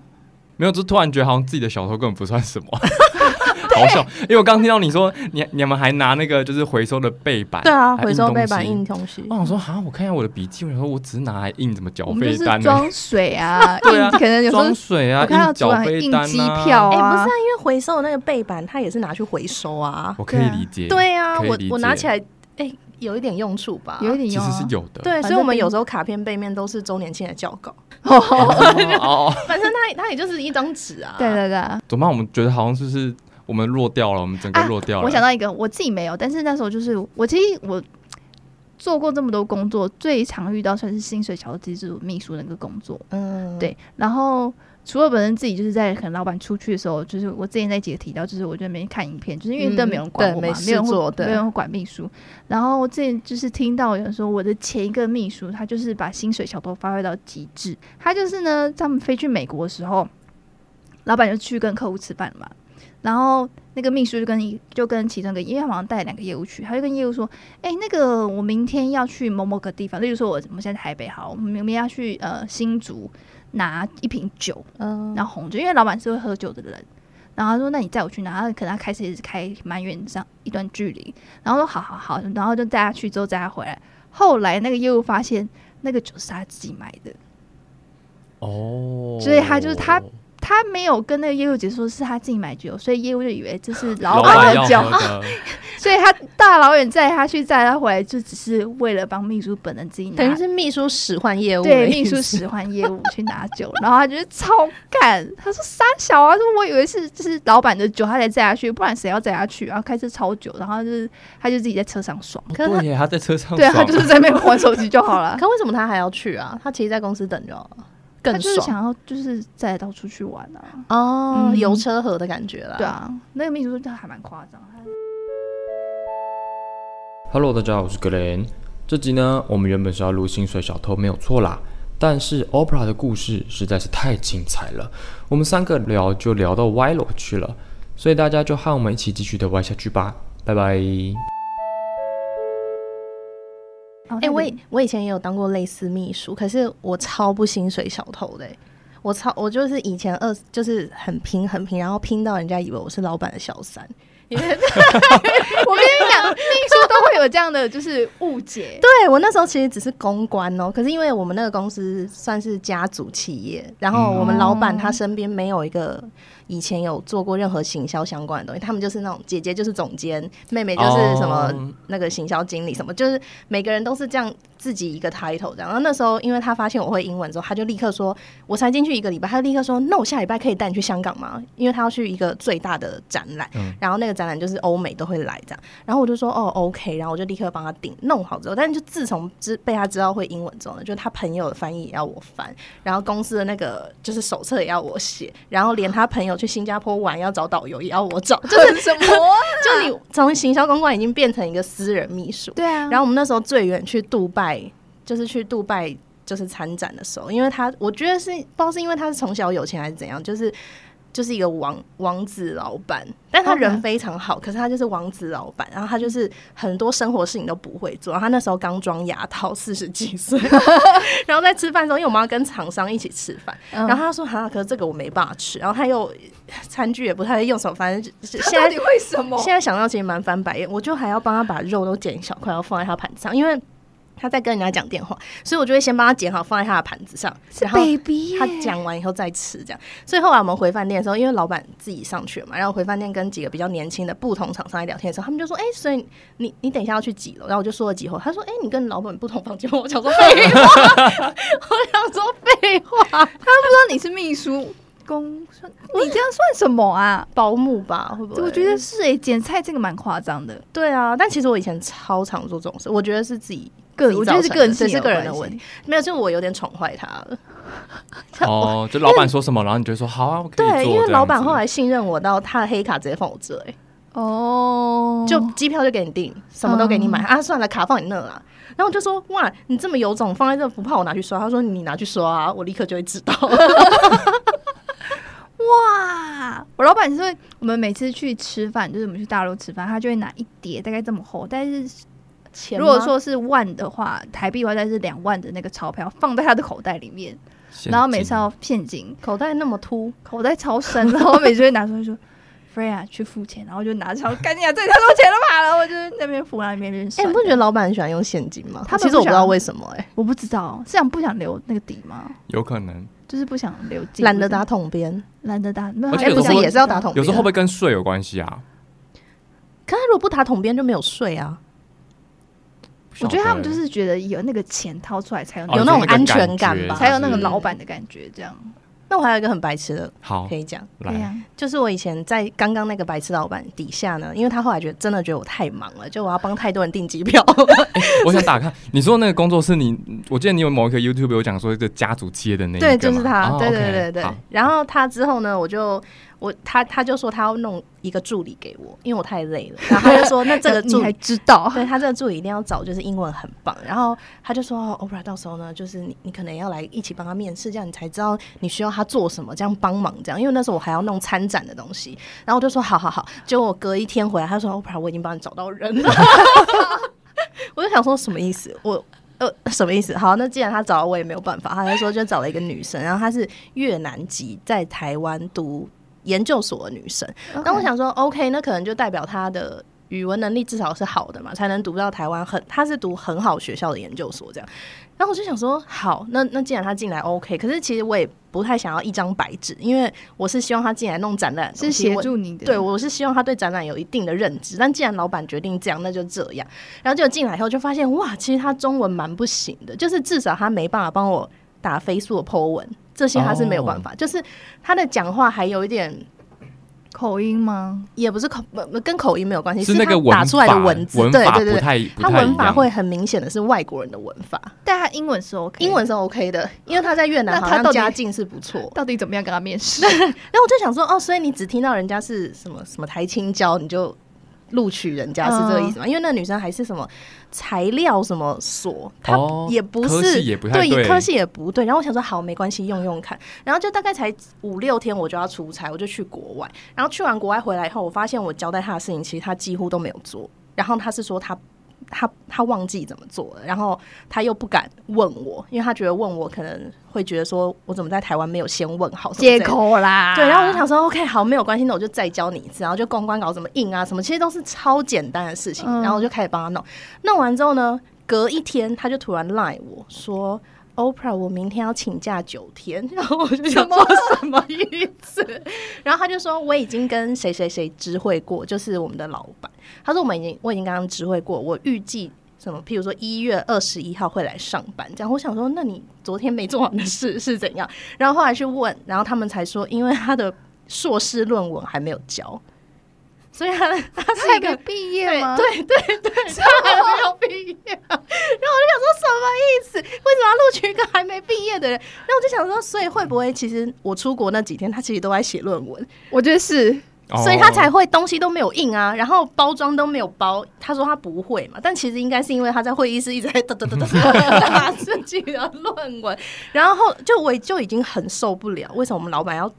Speaker 3: 没有，就突然觉得好像自己的小偷根本不算 什么，好笑。因为我刚听到你说你你们还拿那个就是回收的背板，
Speaker 2: 对啊，
Speaker 3: 还
Speaker 2: 回收背
Speaker 3: 东
Speaker 2: 板
Speaker 3: 西
Speaker 2: 印东西。
Speaker 3: 我想说，哈，我看一下我的笔记，我想说我只是拿来印怎么缴
Speaker 1: 我们
Speaker 3: 费
Speaker 1: 就是
Speaker 3: 单呢？
Speaker 1: 装水 啊，
Speaker 3: 对啊
Speaker 1: 印可能有时候
Speaker 3: 装水啊，
Speaker 1: 我看到
Speaker 3: 印
Speaker 1: 主
Speaker 3: 缴
Speaker 1: 管
Speaker 3: 费
Speaker 1: 印
Speaker 3: 单啊，
Speaker 1: 机票
Speaker 2: 哎、不
Speaker 1: 啊
Speaker 2: 是啊，，因为回收的那个背板，它也是拿去回收啊。
Speaker 3: 我可以理解。
Speaker 2: 对啊，
Speaker 3: 可以
Speaker 2: 我
Speaker 3: 理
Speaker 2: 我拿
Speaker 3: 解
Speaker 2: 起来，哎、有一点用处吧？
Speaker 1: 有一点
Speaker 3: 其
Speaker 1: 用
Speaker 3: 实是
Speaker 1: 啊。
Speaker 3: 有的。
Speaker 2: 对，所以
Speaker 1: 反
Speaker 2: 我们
Speaker 1: 正
Speaker 2: 有时候卡片背面都是周年庆的校稿，
Speaker 3: 哦，
Speaker 1: 啊
Speaker 3: 哦，哦 哦
Speaker 2: 反正它它也就是一张纸啊。
Speaker 1: 对对对，
Speaker 3: 怎么办？我们觉得好像就是我们弱掉了，我们整个
Speaker 1: 啊
Speaker 3: 弱掉了。
Speaker 1: 我想到一个，我自己没有，但是那时候就是我其实我做过这么多工作，最常遇到算是薪水小资助秘书那个工作。
Speaker 2: 嗯，
Speaker 1: 对，然后除了本身自己就是在可能老板出去的时候，就是我之前在几个提到，就是我就没看影片，就是因为
Speaker 2: 嗯
Speaker 1: 都没有人管
Speaker 2: 对
Speaker 1: 我嘛，
Speaker 2: 没
Speaker 1: 没有人
Speaker 2: 事做
Speaker 1: 会
Speaker 2: 对
Speaker 1: 没有人会管秘书。然后我之前就是听到有人说，我的前一个秘书他就是把薪水小偷发挥到极致，他就是呢，他们飞去美国的时候，老板就去跟客户吃饭嘛。然后那个秘书就跟一就跟其中一个，因为他好像带两个业务去，他就跟业务说：“哎、那个我明天要去某某个地方，例如说我我们现在台北好，我们明天要去呃新竹拿一瓶酒，
Speaker 2: 嗯，
Speaker 1: 然后红酒，因为老板是会喝酒的人。然后他说：“那你载我去拿。”他可能他开车也是开蛮远上一段距离，然后说：“好好好。”然后就带他去之后载他回来。后来那个业务发现那个酒是他自己买的，
Speaker 3: 哦，
Speaker 1: 所以他就是他他没有跟那个业务解释说是他自己买酒，所以业务就以为这是
Speaker 3: 老
Speaker 1: 板
Speaker 3: 板要
Speaker 1: 的酒
Speaker 3: 喝，的，
Speaker 1: 所以他大老远载他去载他回来，就只是为了帮秘书本人自己拿，
Speaker 2: 等于是秘书使唤业务的
Speaker 1: 对
Speaker 2: 意
Speaker 1: 秘
Speaker 2: 思，啊
Speaker 1: 书使唤业务去拿酒，然后他觉得超干，他说三小啊，他说我以为是就是老板的酒，他才载他去，不然谁要载他去？然后开车超久，然后他就是他就自己在车上爽，
Speaker 2: 可是他
Speaker 3: 哦对耶，他在车上
Speaker 1: 对啊，他
Speaker 3: 爽
Speaker 1: 就是在那边玩手机就好了。
Speaker 2: 可为什么他还要去啊？他其实在公司等着啊，
Speaker 1: 他
Speaker 2: 更
Speaker 1: 就是
Speaker 2: 爽
Speaker 1: 想要就是载到处去玩啊，
Speaker 2: 哦，
Speaker 1: 嗯
Speaker 2: 油车河的感觉啦。
Speaker 1: 对，啊，那个秘书他还蛮夸张，他
Speaker 3: Hello，大家好，我是格雷。这集呢，我们原本是要录薪水小偷，没有错啦。但是 Opera 的故事实在是太精彩了，我们三个聊就聊到歪楼去了，所以大家就和我们一起继续的歪下去吧，拜拜。
Speaker 1: 哎
Speaker 2: 哎、我以我以前也有当过类似秘书，可是我超不薪水小偷的欸、我超我就是以前二就是很拼很拼，然后拼到人家以为我是老板的小三。
Speaker 1: 我跟你讲，秘书都会有这样的就是误解，
Speaker 2: 对我那时候其实只是公关哦、可是因为我们那个公司算是家族企业，然后我们老板他身边没有一个以前有做过任何行销相关的东西，他们就是那种姐姐就是总监，妹妹就是什么
Speaker 3: 哦
Speaker 2: 那个行销经理什么，就是每个人都是这样自己一个 title 这样。然后那时候因为他发现我会英文之后，他就立刻说，我才进去一个礼拜，他就立刻说，那我下礼拜可以带你去香港吗？因为他要去一个最大的展览，
Speaker 3: 嗯
Speaker 2: 然后那个展览就是欧美都会来这样。然后我就说哦 OK，然后我就立刻帮他订弄好之后，但是就自从知被他知道会英文之后呢，就他朋友的翻译也要我翻，然后公司的那个就是手册也要我写，然后连他朋友去新加坡玩要找导游也要我找，就
Speaker 1: 这是什么？
Speaker 2: 就你从行销公关已经变成一个私人秘书。
Speaker 1: 对啊，
Speaker 2: 然
Speaker 1: 后
Speaker 2: 后我们那时候最远去杜拜，就是去杜拜就是参展的时候，因为他我觉得是不知道是因为他是从小有钱还是怎样，就是。就是一个王王子老板，但他
Speaker 1: OK
Speaker 2: 人非常好，可是他就是王子老板，然后他就是很多生活事情都不会做，然后他那时候刚装牙套，四十几岁，然后在吃饭的时候，因为我们要跟厂商一起吃饭，
Speaker 1: 然
Speaker 2: 然后他说哈，可是这个我没办法吃，然后他又 餐具也不太会用手，反正就是
Speaker 1: 他
Speaker 2: 现在
Speaker 1: 到底为什么？
Speaker 2: 现在想到其实蛮翻白眼，我就还要帮他把肉都剪一小块，然后放在他盘子上，因为他在跟人家讲电话，所以我就会先帮他剪好，放在他的盘子上，然后
Speaker 1: baby，耶
Speaker 2: 他讲完以后再吃这样。所以后来我们回饭店的时候，因为老板自己上去了嘛，然后回饭店跟几个比较年轻的不同厂商在聊天的时候，他们就说：“哎、所以你你等一下要去几楼？”然后我就说了几楼，他说：“哎、你跟老板不同房间。”我想说哎废话， 我想说废 话，
Speaker 1: 他不知道你是秘书公，算你这样算什么啊？
Speaker 2: 保姆吧，会不会？
Speaker 1: 我觉得是诶、剪菜这个蛮夸张的。
Speaker 2: 对啊，但其实我以前超常做这种事，我觉得是自己。
Speaker 1: 个
Speaker 2: 自己
Speaker 1: 我觉得是
Speaker 2: 造成
Speaker 1: 个人性
Speaker 2: 的这是
Speaker 1: 有
Speaker 2: 个人的
Speaker 1: 关
Speaker 2: 问
Speaker 1: 系
Speaker 2: 题，没有，就是我有点宠坏他了。
Speaker 3: 哦，就老板说什么，然后你就说好啊，我可以做。
Speaker 2: 对，因为
Speaker 3: 这样
Speaker 2: 老板
Speaker 3: 子
Speaker 2: 后来信任我到他的黑卡直接放我这、欸，
Speaker 1: 哦，
Speaker 2: 就机票就给你订，什么都给你买、啊，算了，卡放你那啦。然后我就说哇，你这么有种，放在这不怕我拿去刷？他说你拿去刷、啊，我立刻就会知道。
Speaker 1: 哇！我老板说，我们每次去吃饭，就是我们去大陆吃饭，他就会拿一叠，大概这么厚，但是
Speaker 2: 钱
Speaker 1: 如
Speaker 2: 吗
Speaker 1: 果说是万的话，台币的话，但是两万的那个钞票放在他的口袋里面，
Speaker 3: 现
Speaker 1: 然后每
Speaker 3: 金
Speaker 1: 次要现金，
Speaker 2: 口袋那么凸，
Speaker 1: 口袋超深，然后我每次会拿出来说。Freya 去付钱，然后就拿着，然后赶紧啊，这里太多钱了吧！然后我就在那边付，然后一边边
Speaker 2: 哎、
Speaker 1: 算。
Speaker 2: 你不觉得老板很喜欢用现金吗？
Speaker 1: 他们
Speaker 2: 其实我
Speaker 1: 不
Speaker 2: 不
Speaker 1: 想
Speaker 2: 知道为什么、哎，
Speaker 1: 我不知道，是想不想留那个底吗？
Speaker 3: 有可能，
Speaker 2: 哦
Speaker 1: 就是不想留底，
Speaker 2: 懒得
Speaker 1: 或者
Speaker 2: 打桶边，
Speaker 1: 懒得打，没有
Speaker 3: 而且
Speaker 1: 他
Speaker 2: 哎、
Speaker 3: 有
Speaker 2: 不
Speaker 3: 时
Speaker 2: 是
Speaker 3: 候
Speaker 2: 也是要打桶边，
Speaker 3: 有时候会不会跟税有关系啊？
Speaker 2: 可他如果不打桶边就没有税啊，
Speaker 3: 不
Speaker 1: 我觉得他们
Speaker 3: 晓
Speaker 1: 就是觉得有那个钱掏出来才有
Speaker 3: 哦
Speaker 1: 那个
Speaker 2: 有那种
Speaker 3: 就个
Speaker 2: 安全
Speaker 3: 感
Speaker 2: 感
Speaker 3: 觉
Speaker 2: 吧
Speaker 1: 才有那个
Speaker 3: 就是
Speaker 1: 老板的感觉，这样。
Speaker 2: 那我还有一个很白痴的
Speaker 3: 好
Speaker 2: 可以讲，
Speaker 1: 对
Speaker 3: 来
Speaker 1: 呀，
Speaker 2: 就是我以前在刚刚那个白痴老板底下呢，因为他后来觉得真的觉得我太忙了，就我要帮太多人订机 票，
Speaker 3: 我想打开。你说那个工作是你，我记得你有某一个 YouTube 有讲说一个家族企业的那一个
Speaker 2: 对，
Speaker 3: 嘛
Speaker 2: 就是他，
Speaker 3: 哦
Speaker 2: 对对
Speaker 3: OK，
Speaker 2: 对对
Speaker 3: 好。
Speaker 2: 然后他之后呢，我就我他他就说他要弄一个助理给我，因为我太累了。然后他就说那这个
Speaker 1: 你
Speaker 2: 助
Speaker 1: 还
Speaker 2: 理。
Speaker 1: 知道？
Speaker 2: 对他这个助理一定要找，就是英文很棒。然后他就说哦，Oprah，到时候呢，就是你你可能要来一起帮他面试，这样你才知道你需要他做什么，这样帮忙这样。因为那时候我还要弄参展的东西，然后我就说好好好。结果我隔一天回来，他说哦 Oprah，我已经帮你找到人了。 我就想说什么意思？我呃什么意思？好，那既然他找了我也没有办法，他就说就找了一个女生，然后她是越南籍，在台湾读研究所的女生。那我想说，OK，那可能就代表她的语文能力至少是好的嘛，才能读到台湾很，她是读很好学校的研究所这样。然后我就想说，好，那那既然她进来 OK，可是其实我也不太想要一张白纸，因为我是希望她进来弄展览的
Speaker 1: 是
Speaker 2: 东西，
Speaker 1: 协
Speaker 2: 嗯我
Speaker 1: 助你的，
Speaker 2: 对，我是希望他对展览有一定的认知，但既然老板决定这样，那就这样。然后结果进来以后就发现，哇，其实他中文蛮不行的，就是至少他没办法帮我打飞速的 Po 文，这些他是没有办
Speaker 1: 哦
Speaker 2: 法。就是他的讲话还有一点，
Speaker 1: 口音吗？
Speaker 2: 也不是口不不跟口音没有关系，
Speaker 3: 是
Speaker 2: 是
Speaker 3: 那个
Speaker 2: 他打
Speaker 3: 文
Speaker 2: 出来的
Speaker 3: 法
Speaker 2: 文字，
Speaker 3: 文
Speaker 2: 对
Speaker 3: 法
Speaker 2: 对
Speaker 3: 不
Speaker 2: 对。
Speaker 3: 太不
Speaker 2: 他
Speaker 3: 太一
Speaker 2: 文法
Speaker 3: 样
Speaker 2: 会很明显的是外国人的文法，
Speaker 1: 但他英文是 OK，
Speaker 2: 英文是 OK 的，因为他在越南
Speaker 1: 那
Speaker 2: 好
Speaker 1: 他
Speaker 2: 像
Speaker 1: 到底
Speaker 2: 家境是不错。
Speaker 1: 到底怎么样跟他面试？
Speaker 2: 然后我就想说，哦，所以你只听到人家是什么什么台青椒，你就录取人家是这个意
Speaker 3: 嗯
Speaker 2: 思吗？因为那女生还是什么材料什么所，她
Speaker 3: 哦
Speaker 2: 也不
Speaker 3: 科
Speaker 2: 是、
Speaker 3: 系也不太对
Speaker 2: 科系也不对。然后我想说，好，没关系，用用看。然后就大概才五六天，我就要出差，我就去国外。然后去完国外回来以后，我发现我交代她的事情，其实她几乎都没有做。然后她是说她。她她忘记怎么做了，然后她又不敢问我，因为她觉得问我可能会觉得说我怎么在台湾没有先问好，什么之
Speaker 1: 借
Speaker 2: 类的
Speaker 1: 口啦。
Speaker 2: 对，然后我就想，说，OK，好，没有关系，那我就再教你一次，然后就公关稿怎么印啊，什么，其实都是超简单的事情，
Speaker 1: 嗯
Speaker 2: 然后我就开始帮他弄。弄完之后呢，隔一天他就突然赖我说，Oprah，我明天要请假九天，然后我就想说什么意思？然后他就说我已经跟谁谁谁知会过，就是我们的老板，他说我们已经我已经刚刚知会过，我预计。什么？譬如说一月二十一号会来上班，这样我想说，那你昨天没做完的事是怎样？然后后来去问，然后他们才说，因为他的硕士论文还没有交，所以他的
Speaker 1: 他 是一个毕业
Speaker 2: 对
Speaker 1: 吗？，
Speaker 2: 对对对，他还没有毕业。然后我就想说什么意思？为什么要录取一个还没毕业的人？然后我就想说，所以会不会其实我出国那几天，他其实都在写论文，
Speaker 1: 我觉得是。
Speaker 3: 哦
Speaker 2: 所以他才会 东西都没有印啊，然后包装都没有包。他说他不会嘛，但其实应该是因为他在会议室一直在哒哒哒哒哒打自己的论文，然后就我就已经很受不了，为什么我们老板要？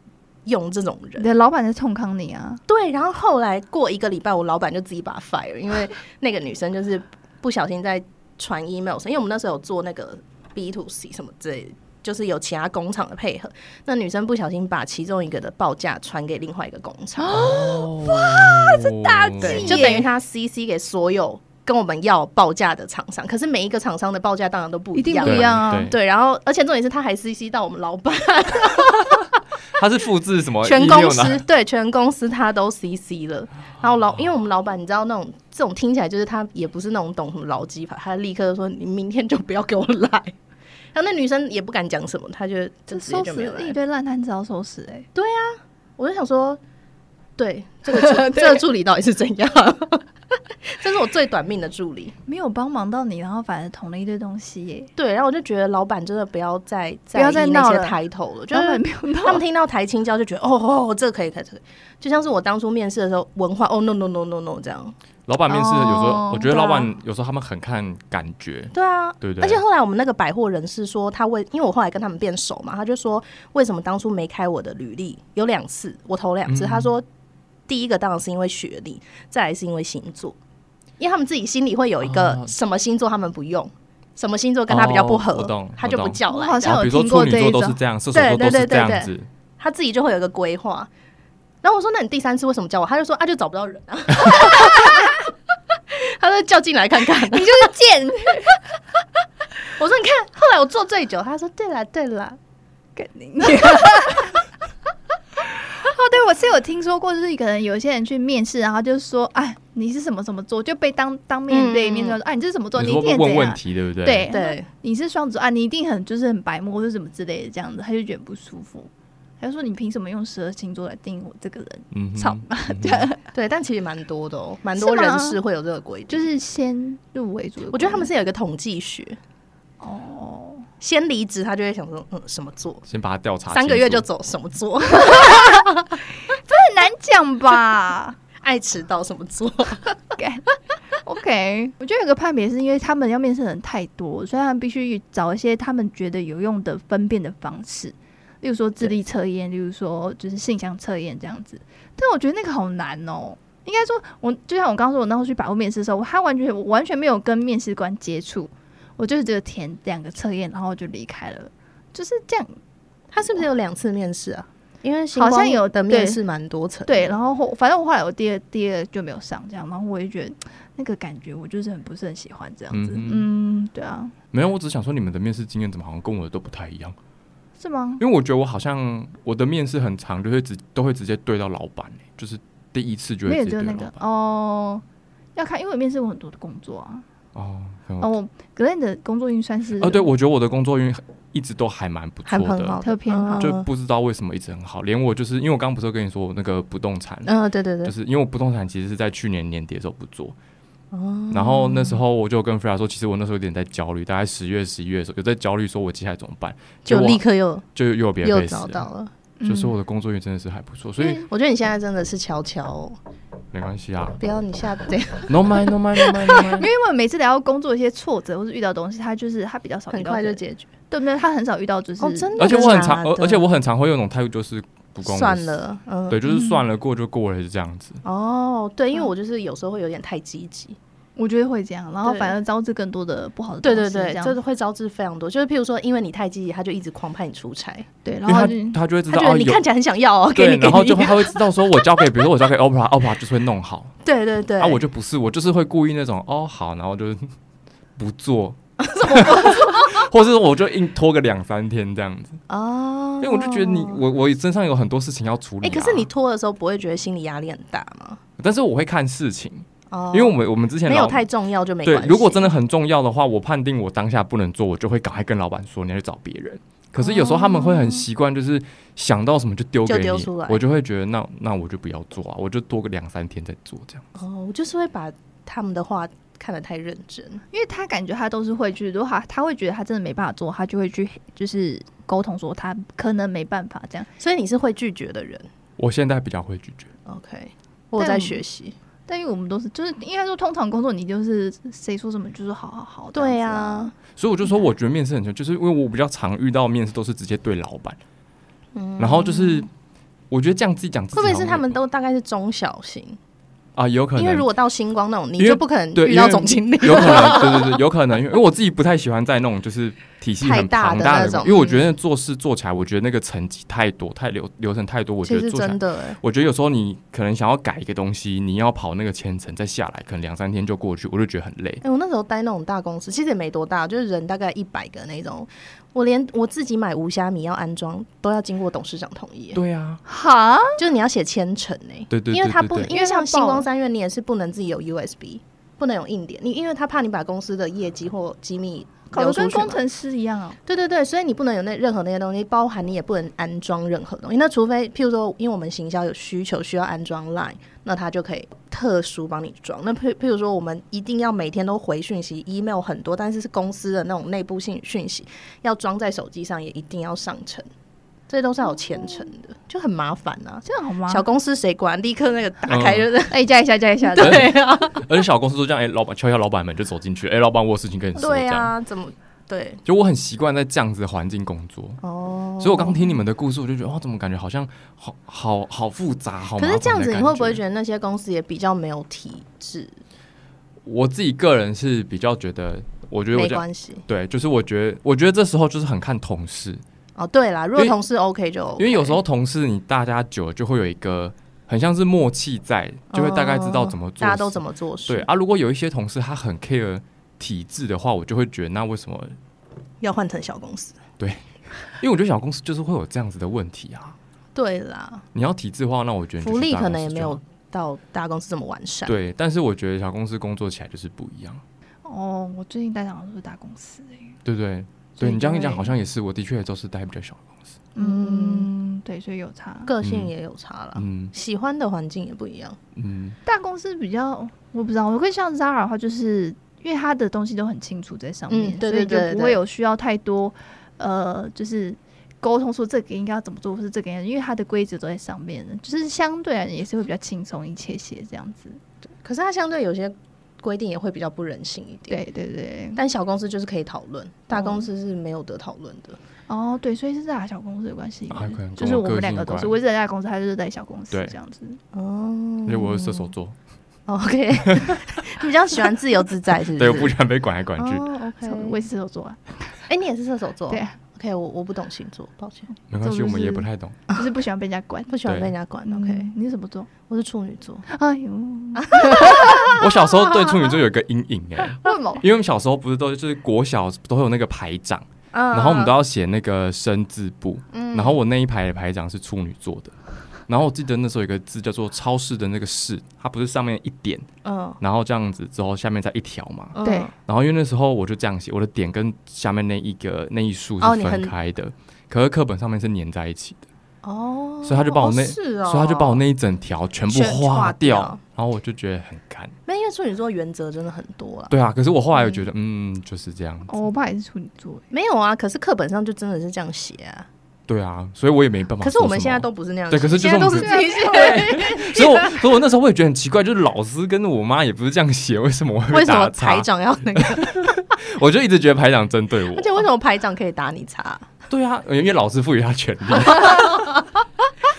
Speaker 2: 用这种
Speaker 1: 你
Speaker 2: 人。
Speaker 1: 的老板在冲康你啊，
Speaker 2: 对，然后后来过一个礼拜，我老板就自己把他 fire，因为那个女生就是不小心在传 email，因为我们那时候有做那个 B to C 什么之类的。就是有其他工厂的配合，那女生不小心把其中一个的报价传给另外一个工厂，
Speaker 3: 哇，这大
Speaker 1: 忌
Speaker 2: 就等于她 CC 给所有跟我们要报价的厂商，可是每一个厂商的报价当然都不
Speaker 1: 一
Speaker 2: 一
Speaker 1: 定
Speaker 2: 样
Speaker 1: 不。一样啊
Speaker 3: 对，
Speaker 2: 对，然后而且重点是她还 CC 到我们老板，
Speaker 3: 他是复制什么
Speaker 2: 全
Speaker 3: email
Speaker 2: 公
Speaker 3: 呢
Speaker 2: 司对全公司他都 CC 了，然后老因为我们老板你知道那种这种听起来就是他也不是那种懂什么劳基法，他立刻就说你明天就不要给我来。然后那女生也不敢讲什么，她就
Speaker 1: 这
Speaker 2: 就直接
Speaker 1: 收
Speaker 2: 就没有
Speaker 1: 拾一
Speaker 2: 来。
Speaker 1: 堆烂摊子要收拾哎、
Speaker 2: 我就想说，对这个 助这个助理到底是怎样？ 这是我最短命的助理。
Speaker 1: 没有帮忙到你，然后反而捅了一堆东西耶、
Speaker 2: 对，然后我就觉得老板真的不要再
Speaker 1: 不要再
Speaker 2: 意那
Speaker 1: 闹
Speaker 2: 些
Speaker 1: 了
Speaker 2: 抬头了，就
Speaker 1: 老
Speaker 2: 是
Speaker 1: 板没有
Speaker 2: 他们
Speaker 1: 闹，
Speaker 2: 听到台青交就觉得哦哦，这个可以，可以，这个可以就像是我当初面试的时候，文化哦 no no no no no 这样。
Speaker 3: 老板面试有时候
Speaker 1: 哦，
Speaker 3: 我觉得老
Speaker 2: 对啊
Speaker 3: 板有时候他们很看感觉，
Speaker 2: 对啊，
Speaker 3: 对不
Speaker 2: 而
Speaker 3: 对
Speaker 2: 且？后来我们那个百货人士说，他为因为我后来跟他们变熟嘛，他就说为什么当初没开我的履历？有两次我投两次，
Speaker 3: 嗯
Speaker 2: 他说第一个当然是因为学历，再来是因为星座，因为他们自己心里会有一个
Speaker 3: 哦
Speaker 2: 什么星座他们不用，什么星座跟他比较不合，
Speaker 3: 哦我懂
Speaker 2: 他就
Speaker 3: 我
Speaker 2: 不
Speaker 3: 懂
Speaker 2: 叫来
Speaker 1: 我好
Speaker 2: 这
Speaker 1: 像
Speaker 2: 样，
Speaker 3: 哦
Speaker 1: 有
Speaker 3: 比如说
Speaker 1: 听过
Speaker 3: 处女
Speaker 1: 这一
Speaker 3: 座都
Speaker 1: 种
Speaker 3: 是这样，射手座
Speaker 2: 对
Speaker 3: 都
Speaker 2: 对
Speaker 3: 是这
Speaker 2: 对对
Speaker 3: 样子，
Speaker 2: 他自己就会有一个规划。然后我说：“那你第三次为什么叫我？”他就说：“啊，就找不到人啊。” 他说：“叫进来看看啊、
Speaker 1: 你就是贱。
Speaker 2: 我说：“你看。”后来我做最久，他说：“对啦，对啦。
Speaker 1: 干你哦，对，我是有听说过，就是可能有些人去面试，然后就说，哎，你是什么什么座，就被当当面被
Speaker 2: 嗯
Speaker 1: 面试官说，哎，你是什么座，
Speaker 3: 你
Speaker 1: 你
Speaker 3: 说
Speaker 1: 一定很
Speaker 3: 问
Speaker 1: 怎
Speaker 3: 问
Speaker 1: 样，
Speaker 3: 题，对不对？
Speaker 1: 对”
Speaker 2: 对，
Speaker 1: 你是双子座啊，你一定很就是很白目或者什么之类的这样子，他就觉得不舒服，他就说你凭什么用十二星座来定我这个人？
Speaker 3: 嗯哼，
Speaker 1: 操
Speaker 3: 嗯哼
Speaker 2: 对，但其实蛮多的哦，蛮
Speaker 1: 是
Speaker 2: 多人
Speaker 1: 吗
Speaker 2: 士会有这个规定。
Speaker 1: 就是先入为主的观念，
Speaker 2: 我觉得他们是有一个统计学，
Speaker 1: 哦，
Speaker 2: 先离职他就会想说，嗯，什么座，
Speaker 3: 先把它调查
Speaker 2: 三个
Speaker 3: 清
Speaker 2: 月
Speaker 3: 楚
Speaker 2: 就走什么座，
Speaker 1: 很难讲吧。
Speaker 2: 爱迟到什么座，
Speaker 1: 干 OK，我觉得有个判别是因为他们要面试的人太多，所以他们必须找一些他们觉得有用的分辨的方式，例如说智力测验，例如说就是性向测验这样子。但我觉得那个好难哦。应该说，我就像我刚刚说，我那时候去百货面试的时候，我他完全我完全没有跟面试官接触，我就是只有填两个测验，然后我就离开了，就是这样。
Speaker 2: 他是不是有两次面试啊？因为星
Speaker 1: 好像
Speaker 2: 光
Speaker 1: 有对
Speaker 2: 的面试蛮多层的，
Speaker 1: 对，然后后反正我后来我第二第二就没有上这样，然后我也觉得那个感觉我就是很不是很喜欢这样子。
Speaker 3: 嗯
Speaker 1: 嗯对啊，
Speaker 3: 没有，我只想说你们的面试经验怎么好像跟我的都不太一样，
Speaker 1: 是吗？
Speaker 3: 因为我觉得我好像我的面试很长，就会直都会直接对到老板、欸，就是第一次就
Speaker 1: 没
Speaker 3: 会
Speaker 1: 有，
Speaker 3: 直接
Speaker 1: 就
Speaker 3: 对
Speaker 1: 那
Speaker 3: 到老
Speaker 1: 个
Speaker 3: 板。
Speaker 1: 哦，要看，因为我面试过很多的工作啊。
Speaker 3: 哦，很有
Speaker 1: 哦，我格雷的工作运算是
Speaker 3: 哦，对，我觉得我的工作运一直都还嗯蛮不错
Speaker 2: 还很
Speaker 3: 的
Speaker 2: 好，
Speaker 1: 特偏好
Speaker 3: 就不知道为什么一直很好。连我就是因为我刚刚不是跟你说我那个不动产，
Speaker 2: 嗯，对对
Speaker 3: 就
Speaker 2: 对，
Speaker 3: 是因为我不动产其实是在去年年底的时候不做，
Speaker 2: 哦，
Speaker 3: 然后那时候我就跟 Freya 说，其实我那时候有点在焦虑，大概十月、十一月的时候有在焦虑，说我接下来怎么办，
Speaker 2: 就
Speaker 3: 结果
Speaker 2: 立刻又
Speaker 3: 就又有别人
Speaker 2: 又
Speaker 3: 被
Speaker 2: 找
Speaker 3: 死
Speaker 2: 到嗯
Speaker 3: 了。
Speaker 2: 了。
Speaker 3: 就是
Speaker 1: 嗯
Speaker 3: 我的工作运真的是还不错，所以
Speaker 2: 我觉得你现在真的是悄悄哦，
Speaker 3: 没关系啊
Speaker 2: 不要你下对，
Speaker 3: ，No mind，No mind，No mind，No mind
Speaker 1: 因。为我每次聊到工作一些挫折或是遇到东西，他就是他比较少遇
Speaker 2: 很
Speaker 1: 到
Speaker 2: 快
Speaker 1: 这
Speaker 2: 就
Speaker 1: 个，
Speaker 2: 解决。
Speaker 1: 对不对？他很少遇到就是
Speaker 2: 哦，真的
Speaker 3: 而且我很
Speaker 2: 假
Speaker 3: 常，而
Speaker 2: 的
Speaker 3: 而且我很常会有一种态度，就是不 关我
Speaker 2: 算
Speaker 3: 的事，
Speaker 2: 了，嗯，
Speaker 3: 对，就是
Speaker 1: 嗯
Speaker 3: 算了，过就过了，是这样子。
Speaker 2: 哦，对，因为
Speaker 1: 嗯
Speaker 2: 我就是有时候会有点太积极，
Speaker 1: 我觉得会这样，然后
Speaker 2: 对
Speaker 1: 反而招致更多的不好的
Speaker 2: 对
Speaker 1: 东
Speaker 2: 对
Speaker 1: 西
Speaker 2: 对
Speaker 1: 这，样
Speaker 2: 就是会招致非常多，就是譬如说，因为你太积极，他就一直狂派你出差，
Speaker 1: 对，
Speaker 3: 因
Speaker 1: 然
Speaker 3: 为
Speaker 1: 后
Speaker 3: 他
Speaker 1: 就
Speaker 3: 他就会知
Speaker 2: 他
Speaker 3: 道
Speaker 2: 觉得
Speaker 3: 哦
Speaker 2: 你
Speaker 3: 有
Speaker 2: 看起来很想要哦，给
Speaker 3: 对，
Speaker 2: 你，
Speaker 3: 然后
Speaker 2: 给
Speaker 3: 就
Speaker 2: 你
Speaker 3: 会他会知道说我交给，比如说我交给 Opera，Opera 就是会弄好，
Speaker 2: 对对对，
Speaker 3: 啊，我就不是，我就是会故意那种哦好，然后就 不 做， 或者是我就硬拖个两三天这样子，
Speaker 2: 哦，
Speaker 3: 因为我就觉得你我我身上有很多事情要处理、
Speaker 2: 哎，
Speaker 3: 啊，
Speaker 2: 可是你拖的时候不会觉得心理压力很大吗？
Speaker 3: 但是我会看事情，
Speaker 2: 哦，
Speaker 3: 因为我们我们之前
Speaker 2: 没有
Speaker 3: 老
Speaker 2: 太重要就没
Speaker 3: 对
Speaker 2: 关，系。
Speaker 3: 如果真的很重要的话，我判定我当下不能做，我就会赶快跟老板说，你要去找别人。可是有时候他们会很习惯，就是想到什么就丢
Speaker 2: 哦就
Speaker 3: 给
Speaker 2: 丢
Speaker 3: 你
Speaker 2: 出来，
Speaker 3: 我就会觉得那那我就不要做啊，我就多个两三天再做这样。
Speaker 2: 哦，我就是会把他们的话看得太认真，
Speaker 1: 因为他感觉他都是会去，如果他他会觉得他真的没办法做，他就会去就是沟通说他可能没办法这样。
Speaker 2: 所以你是会拒绝的人。
Speaker 3: 我现在比较会拒绝，
Speaker 2: OK，我有
Speaker 1: 但
Speaker 2: 在
Speaker 1: 我
Speaker 2: 学习。
Speaker 1: 但因为我们都是就是应该说通常工作你就是谁说什么就是好好好这样子，啊
Speaker 3: 所以我就
Speaker 2: 嗯
Speaker 3: 说，我觉得面试很重要，就是因为我比较常遇到面试都是直接对老板，
Speaker 2: 嗯
Speaker 3: 然后就是我觉得这样自己讲自
Speaker 2: 啊
Speaker 3: 己
Speaker 2: 会不会
Speaker 3: 好
Speaker 2: 是
Speaker 3: 像
Speaker 2: 他
Speaker 3: 没
Speaker 2: 们
Speaker 3: 有
Speaker 2: 都大概是中小型？
Speaker 3: 啊？有可能，
Speaker 2: 因为如果到星光那种，你
Speaker 3: 因为
Speaker 2: 就不可能
Speaker 3: 对
Speaker 2: 遇
Speaker 3: 因
Speaker 2: 到
Speaker 3: 为
Speaker 2: 总经理。
Speaker 3: 有 可能， 对对对，有可能，因为因为我自己不太喜欢在那种就是体系很庞
Speaker 2: 太大的
Speaker 3: 的
Speaker 2: 那种
Speaker 3: 因为我觉得做事做起来，我觉得那个层级太多，太流流程太多，我
Speaker 2: 其
Speaker 3: 觉
Speaker 2: 实
Speaker 3: 得做起来
Speaker 2: 真。的哎，
Speaker 3: 我觉得有时候你可能想要改一个东西，你要跑那个千层再下来，可能两三天就过去，我就觉得很累。
Speaker 2: 哎，我那时候待那种大公司，其实也没多大，就是人大概一百个那种。我连我自己买无虾米要安装，都要经过董事长同意欸，
Speaker 3: 对啊，
Speaker 1: 哈，
Speaker 2: 就是你要写千层哎。
Speaker 3: 对对对
Speaker 2: 因为他
Speaker 3: 对
Speaker 2: 不，
Speaker 3: 对，
Speaker 2: 因为像星
Speaker 1: 因为它爆
Speaker 2: 光
Speaker 1: 了
Speaker 2: 三月，你也是不能自己有 USB，不能有硬碟，你因为他怕你把公司的业绩或机密
Speaker 1: 搞得
Speaker 2: 流出
Speaker 1: 跟
Speaker 2: 去嘛
Speaker 1: 工程师一样哦。
Speaker 2: 对对对，所以你不能有那任何那些东西，包含你也不能安装任何东西。那除非譬如说，因为我们行销有需求需要安装 Line，那他就可以特殊帮你装。那譬譬如说，我们一定要每天都回讯息，email 很多，但是是公司的那种内部性讯息，要装在手机上也一定要上层，这都是要有前程的，就很哦麻烦啊。
Speaker 1: 这样好吗？
Speaker 2: 小公司谁管？立刻那个打开就
Speaker 3: 嗯
Speaker 2: 是、
Speaker 1: 哎，加一下，加一 下，
Speaker 3: 对
Speaker 2: 啊，
Speaker 3: 而且小公司都这样，哎、老板敲一下老板门就走进去，哎、老板，我有事情跟你说，这
Speaker 2: 对
Speaker 3: 样，
Speaker 2: 啊，怎么对？
Speaker 3: 就我很习惯在这样子的环境工作。
Speaker 2: 哦
Speaker 3: 所以我刚听你们的故事，我就觉得，哇，怎么感觉好像好好好复杂，好麻
Speaker 2: 可是
Speaker 3: 烦的
Speaker 2: 这样子，你会不会
Speaker 3: 感
Speaker 2: 觉得那些公司也比较没有体制？
Speaker 3: 我自己个人是比较觉得，我觉得我
Speaker 2: 没
Speaker 3: 这样
Speaker 2: 关系
Speaker 3: 对，就是我觉得，我觉得这时候就是很看同事，
Speaker 2: 哦。对啦，如
Speaker 3: 因
Speaker 2: 果
Speaker 3: 为
Speaker 2: 同事 OK 就 OK
Speaker 3: 因为有时候同事你大家久了就会有一个很像是默契在，就会大概知道怎么做事、
Speaker 2: 嗯哦大家都怎么做事，
Speaker 3: 对啊。如果有一些同事他很 care 体制的话，我就会觉得那为什么？
Speaker 2: 要换成小公司。
Speaker 3: 因为我觉得小公司就是会有这样子的问题啊。
Speaker 2: 对啦，
Speaker 3: 你要体制化，那我觉得你就
Speaker 2: 福
Speaker 3: 去
Speaker 2: 利
Speaker 3: 大
Speaker 2: 可
Speaker 3: 公
Speaker 2: 能
Speaker 3: 司
Speaker 2: 也没
Speaker 3: 就好
Speaker 2: 有到大公司这么完善。
Speaker 3: 对，但是我觉得小公司工作起来就是不一样，
Speaker 1: 哦，我最近待的好像都是大公司哎。
Speaker 3: 对不对？
Speaker 1: 所
Speaker 3: 对
Speaker 1: 以
Speaker 3: 你这样一
Speaker 1: 就
Speaker 3: 讲，
Speaker 1: 会
Speaker 3: 好像也是，我的确也都是待比较小的
Speaker 2: 哦
Speaker 3: 公司。
Speaker 1: 嗯，对，所以有差。
Speaker 2: 个性也有差啦，
Speaker 3: 嗯
Speaker 2: 喜欢的环境也不一样。
Speaker 3: 嗯，
Speaker 1: 大公司比较，我不知道，我会像 Zara 的话，就是因为他的东西都很清楚在上面，
Speaker 2: 嗯对对
Speaker 1: 所以
Speaker 2: 对
Speaker 1: 就不
Speaker 2: 对
Speaker 1: 会有需要太多呃，就是沟通说这个应该要怎么做，或是这个应该，因为它的规则都在上面，就是相对而言也是会比较轻松一些些这样子。
Speaker 2: 可是它相对有些规定也会比较不人性一
Speaker 1: 对
Speaker 2: 点。
Speaker 1: 哦对对，
Speaker 2: 但小公司就是可以讨论，大公司是没有得讨论的。
Speaker 1: 哦对，所以是 Zara 小公司的关系
Speaker 3: 啊可能，
Speaker 1: 就
Speaker 3: 跟
Speaker 1: 是
Speaker 3: 我
Speaker 1: 我们
Speaker 3: 个
Speaker 1: 两个
Speaker 3: 性
Speaker 1: 都是，
Speaker 3: 有关
Speaker 1: 我是在大公司，他就是在小公司
Speaker 3: 对
Speaker 1: 这样子。
Speaker 2: 哦
Speaker 3: 因为我是射手座，
Speaker 2: OK，你 比较喜欢自由自在，是不是？
Speaker 3: 对，我 不喜欢被管来管去，
Speaker 2: 嗯哦
Speaker 1: 所以我
Speaker 2: ，OK。
Speaker 1: 也是射手座啊，
Speaker 2: 哎，你也是射手座？
Speaker 1: 对。啊，
Speaker 2: OK，我我不懂星座，抱歉，
Speaker 3: 没关系，
Speaker 1: 这
Speaker 3: 我
Speaker 1: 不
Speaker 3: 们也
Speaker 1: 是
Speaker 3: 不太懂。
Speaker 1: 就是不喜欢被人家管。
Speaker 2: 不喜欢
Speaker 3: 对
Speaker 2: 被人家管。OK，
Speaker 1: 嗯你是什么座？
Speaker 2: 我是处女座。
Speaker 1: 哎呦，
Speaker 3: 我小时候对处女座有一个阴影哎、
Speaker 1: 为什么？
Speaker 3: 因为我们小时候不是都就是国小都会有那个排长，
Speaker 2: 嗯
Speaker 3: 然后我们都要写那个生字簿，
Speaker 2: 嗯
Speaker 3: 然后我那一排的排长是处女座的，然后我记得那时候有一个字叫做超市的那个市，它不是上面一点，
Speaker 2: 嗯，
Speaker 3: 然后这样子之后下面再一条嘛，
Speaker 2: 嗯
Speaker 1: 对
Speaker 3: 然后因为那时候我就这样写，我的点跟下面那一个那一竖
Speaker 2: 哦
Speaker 3: 是
Speaker 2: 你
Speaker 3: 分
Speaker 2: 很
Speaker 3: 开的，可是课本上面是粘在一起的，
Speaker 2: 哦，
Speaker 3: 所以他就把我那
Speaker 2: 哦是哦，
Speaker 3: 所以他就把我那一整条全部
Speaker 2: 全划
Speaker 3: 划掉
Speaker 2: 掉，
Speaker 3: 然后我就觉得很干，
Speaker 2: 没有，因为处女座原则真的很多啦。
Speaker 3: 对啊，可是我后来又觉得嗯就是这样子。
Speaker 1: 哦，我爸也是处女座欸，
Speaker 2: 没有啊，可是课本上就真的是这样写啊。
Speaker 3: 对啊，所以我也没办法
Speaker 2: 可
Speaker 3: 说什么。
Speaker 2: 是我们现在 都不是那样写，
Speaker 3: 对可是就是
Speaker 2: 现在都
Speaker 3: 我
Speaker 2: 是
Speaker 3: 们
Speaker 2: 自己写。
Speaker 3: 所以我，所以我那时候我也觉得很奇怪，就是老师跟我妈也不是这样写，为什么我 会
Speaker 2: 为
Speaker 3: 被
Speaker 2: 什么
Speaker 3: 打叉
Speaker 2: 排？长要那 个？
Speaker 3: 我就一直觉得排长针对
Speaker 2: 而
Speaker 3: 我。
Speaker 2: 且为什么排长可以打你叉？
Speaker 3: 对啊，因为老师赋予他权利。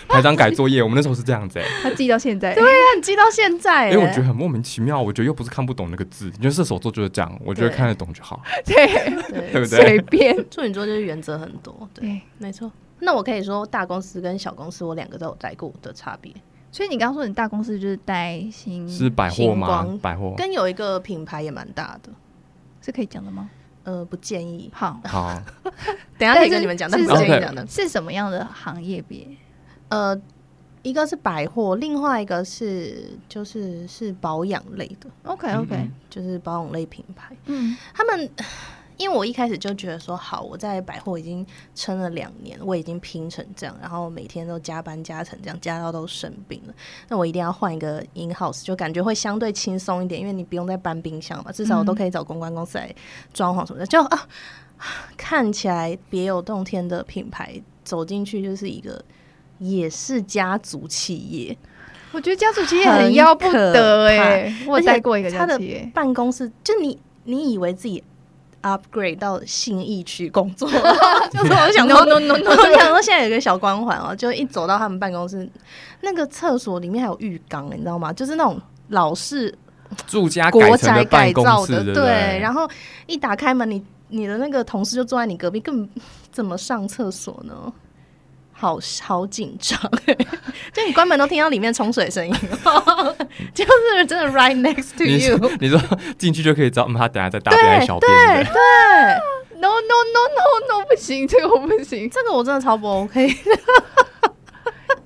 Speaker 3: 排长改作业，我们那时候是这样子、欸，
Speaker 1: 他记到现在。
Speaker 2: 对啊，你记到现在欸，
Speaker 3: 哎因为我觉得很莫名其妙，我觉得又不是看不懂那个字，你就射手座就是这样，我觉得
Speaker 2: 对
Speaker 3: 看得懂就
Speaker 2: 嗯
Speaker 3: 好，
Speaker 1: 对，
Speaker 3: 对
Speaker 2: 对
Speaker 3: 不对？
Speaker 1: 便。
Speaker 2: 处女座就是原则很多，对，
Speaker 1: 对，
Speaker 2: 没错。那我可以说大公司跟小公司，我两个都有待过的差别。
Speaker 1: 所以你刚刚说你大公司就是带薪，
Speaker 3: 是百货吗
Speaker 2: 星光？
Speaker 3: 百货
Speaker 2: 跟有一个品牌也蛮大的，
Speaker 1: 是可以讲的吗？
Speaker 2: 呃，不建议。
Speaker 1: 好，
Speaker 3: 好，
Speaker 2: 等一下可以跟你们讲，但
Speaker 1: 是
Speaker 2: 不建议
Speaker 3: OK
Speaker 2: 讲的。
Speaker 1: 是什么样的行业别？
Speaker 2: 呃，一个是百货，另外一个是就是是保养类的，
Speaker 1: ？OK
Speaker 3: 嗯
Speaker 1: OK，
Speaker 2: 就是保养类品牌。
Speaker 1: 嗯，
Speaker 2: 他们 因为我一开始就觉得说，好，我在百货已经撑了两年，我已经拼成这样，然后每天都加班加成这样，加到都生病了。那我一定要换一个 in house，就感觉会相对轻松一点，因为你不用再搬冰箱嘛，至少我都可以找公关公司来装潢什么的。就啊，看起来别有洞天的品牌，走进去就是一个。也是家族企业，
Speaker 1: 我觉得家族企业很要不得哎，我有带过一个
Speaker 2: 他
Speaker 1: 家
Speaker 2: 的
Speaker 1: 族企业，
Speaker 2: 办公室就你，你以为自己 upgrade 到信义区工作，就是我想说
Speaker 1: no no no
Speaker 2: 我
Speaker 1: no，
Speaker 2: 想说现在有一个小光环哦，就一走到他们办公室，那个厕所里面还有浴缸，欸你知道吗？就是那种老式
Speaker 3: 住家
Speaker 2: 国
Speaker 3: 改成
Speaker 2: 宅
Speaker 3: 的办
Speaker 2: 改
Speaker 3: 公
Speaker 2: 造
Speaker 3: 室，
Speaker 2: 的，
Speaker 3: 对不对？
Speaker 2: 然后一打开门，你你的那个同事就坐在你隔壁，根本怎么上厕所呢？好好紧张，欸 就你关门都听到里面冲水声音， 就是真的 right next to
Speaker 3: 你
Speaker 2: you。
Speaker 3: 你说进去就可以知道，嗯，他等下在大便还
Speaker 2: 对
Speaker 3: 是小便？
Speaker 2: 对
Speaker 3: 对
Speaker 2: 对，
Speaker 1: no no no no no，不行，这个我不行。
Speaker 2: 这个我真的超不 OK，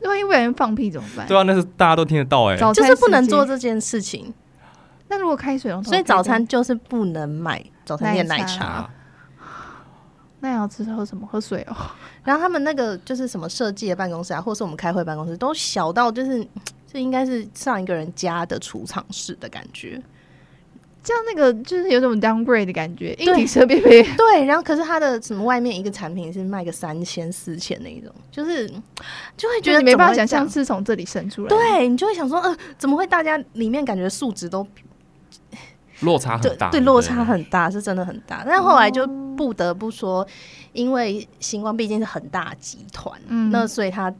Speaker 1: 万一不小心放屁怎么办？
Speaker 3: 对啊，那是大家都听得到哎、
Speaker 1: 早餐
Speaker 2: 就是不能
Speaker 1: 时间
Speaker 2: 做。这件事情。
Speaker 1: 那如果开水龙头，
Speaker 2: 所以早餐就是不能买早餐店奶茶。
Speaker 1: 奶茶
Speaker 3: 啊，
Speaker 1: 那要吃喝什么？喝水哦。
Speaker 2: 然后他们那个就是什么设计的办公室啊，或是我们开会办公室，都小到就是这应该是上一个人家的储藏室的感觉。
Speaker 1: 这样那个就是有种 downgrade 的感觉，
Speaker 2: 对
Speaker 1: 硬体设备被
Speaker 2: 对，然后可是它的什么外面一个产品是卖个三千四千那一种，就是就会觉
Speaker 1: 觉得
Speaker 2: 得
Speaker 1: 你没
Speaker 2: 怎么
Speaker 1: 办法
Speaker 2: 会
Speaker 1: 想象
Speaker 2: 这样。
Speaker 1: 是从这里生出来。，
Speaker 2: 对你就会想说，呃，怎么会大家里面感觉素质都
Speaker 3: 落差
Speaker 2: 对
Speaker 3: 啊很大，
Speaker 2: 对，
Speaker 3: 不
Speaker 2: 落差很大，是真的很大。但后来就
Speaker 1: 哦
Speaker 2: 不得不说，因为星光毕竟是很大集团，
Speaker 1: 嗯
Speaker 2: 那所以它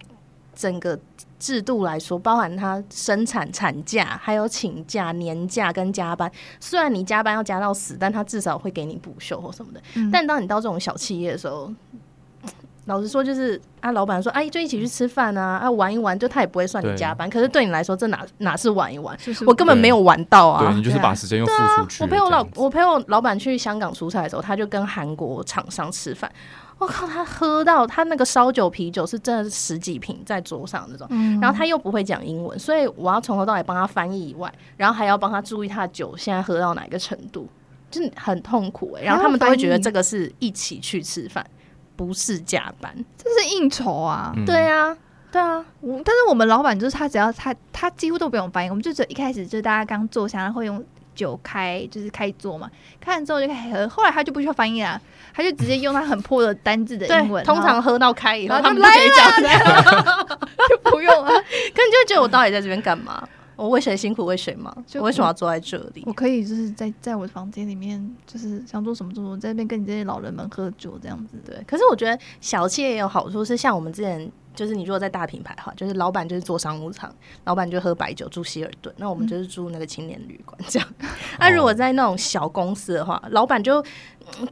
Speaker 2: 整个制度来说，包含它生产产假、还有请假、年假跟加班。虽然你加班要加到死，但它至少会给你补休或什么的。
Speaker 1: 嗯
Speaker 2: 但当你到这种小企业的时候，老实说，就是啊，老板说，哎、就一起去吃饭啊，啊，玩一玩，就他也不会算你
Speaker 3: 对
Speaker 2: 加班。可是对你来说，这哪哪是玩一玩？
Speaker 1: 是不是
Speaker 2: 我根本没有玩到啊！
Speaker 3: 对你就是
Speaker 1: 对啊
Speaker 3: 把时间又付出去
Speaker 2: 我
Speaker 3: 了这
Speaker 2: 陪我
Speaker 3: 样子、
Speaker 2: 老我陪我老板去香港出差的时候，他就跟韩国厂商吃饭。 我靠，他喝到他那个烧酒啤酒是真的是十几瓶在桌上那种，
Speaker 1: 嗯
Speaker 2: 然后他又不会讲英文，所以我要从头到尾帮他翻译以外，然后还要帮他注意他的酒现在喝到哪一个程度，就是很痛苦、欸。然后他们都会觉得这个是一起去吃饭，不是加班。
Speaker 1: 这是应酬啊。
Speaker 3: 嗯
Speaker 2: 对啊，对啊，
Speaker 1: 我但是我们老板就是他，只要他他几乎都不用翻译，我们就只有一开始就是大家刚坐下，然后会用酒开就是开桌嘛，开完之后就开始喝，后来他就不需要翻译啦，他就直接用他很破的单字的英
Speaker 2: 对，
Speaker 1: 文，
Speaker 2: 通
Speaker 1: 然后
Speaker 2: 常喝到开以后，
Speaker 1: 然后
Speaker 2: 他
Speaker 1: 就
Speaker 2: 们就可以讲，
Speaker 1: 就不用啊了。
Speaker 2: 可你就会觉得我到底在这边干嘛？我为谁辛苦为谁忙？
Speaker 1: 就
Speaker 2: 我为什么要坐在这里？
Speaker 1: 我可以就是在在我的房间里面，就是想做什么做什么，在那边跟你这些老人们喝酒这样子。
Speaker 2: 对，可是我觉得小企业也有好处，是像我们之前，就是你如果在大品牌的话，就是老板就是做商务舱，老板就喝白酒住希尔顿，那我们就是住那个青年旅馆这样。那、如果在那种小公司的话，老板就。嗯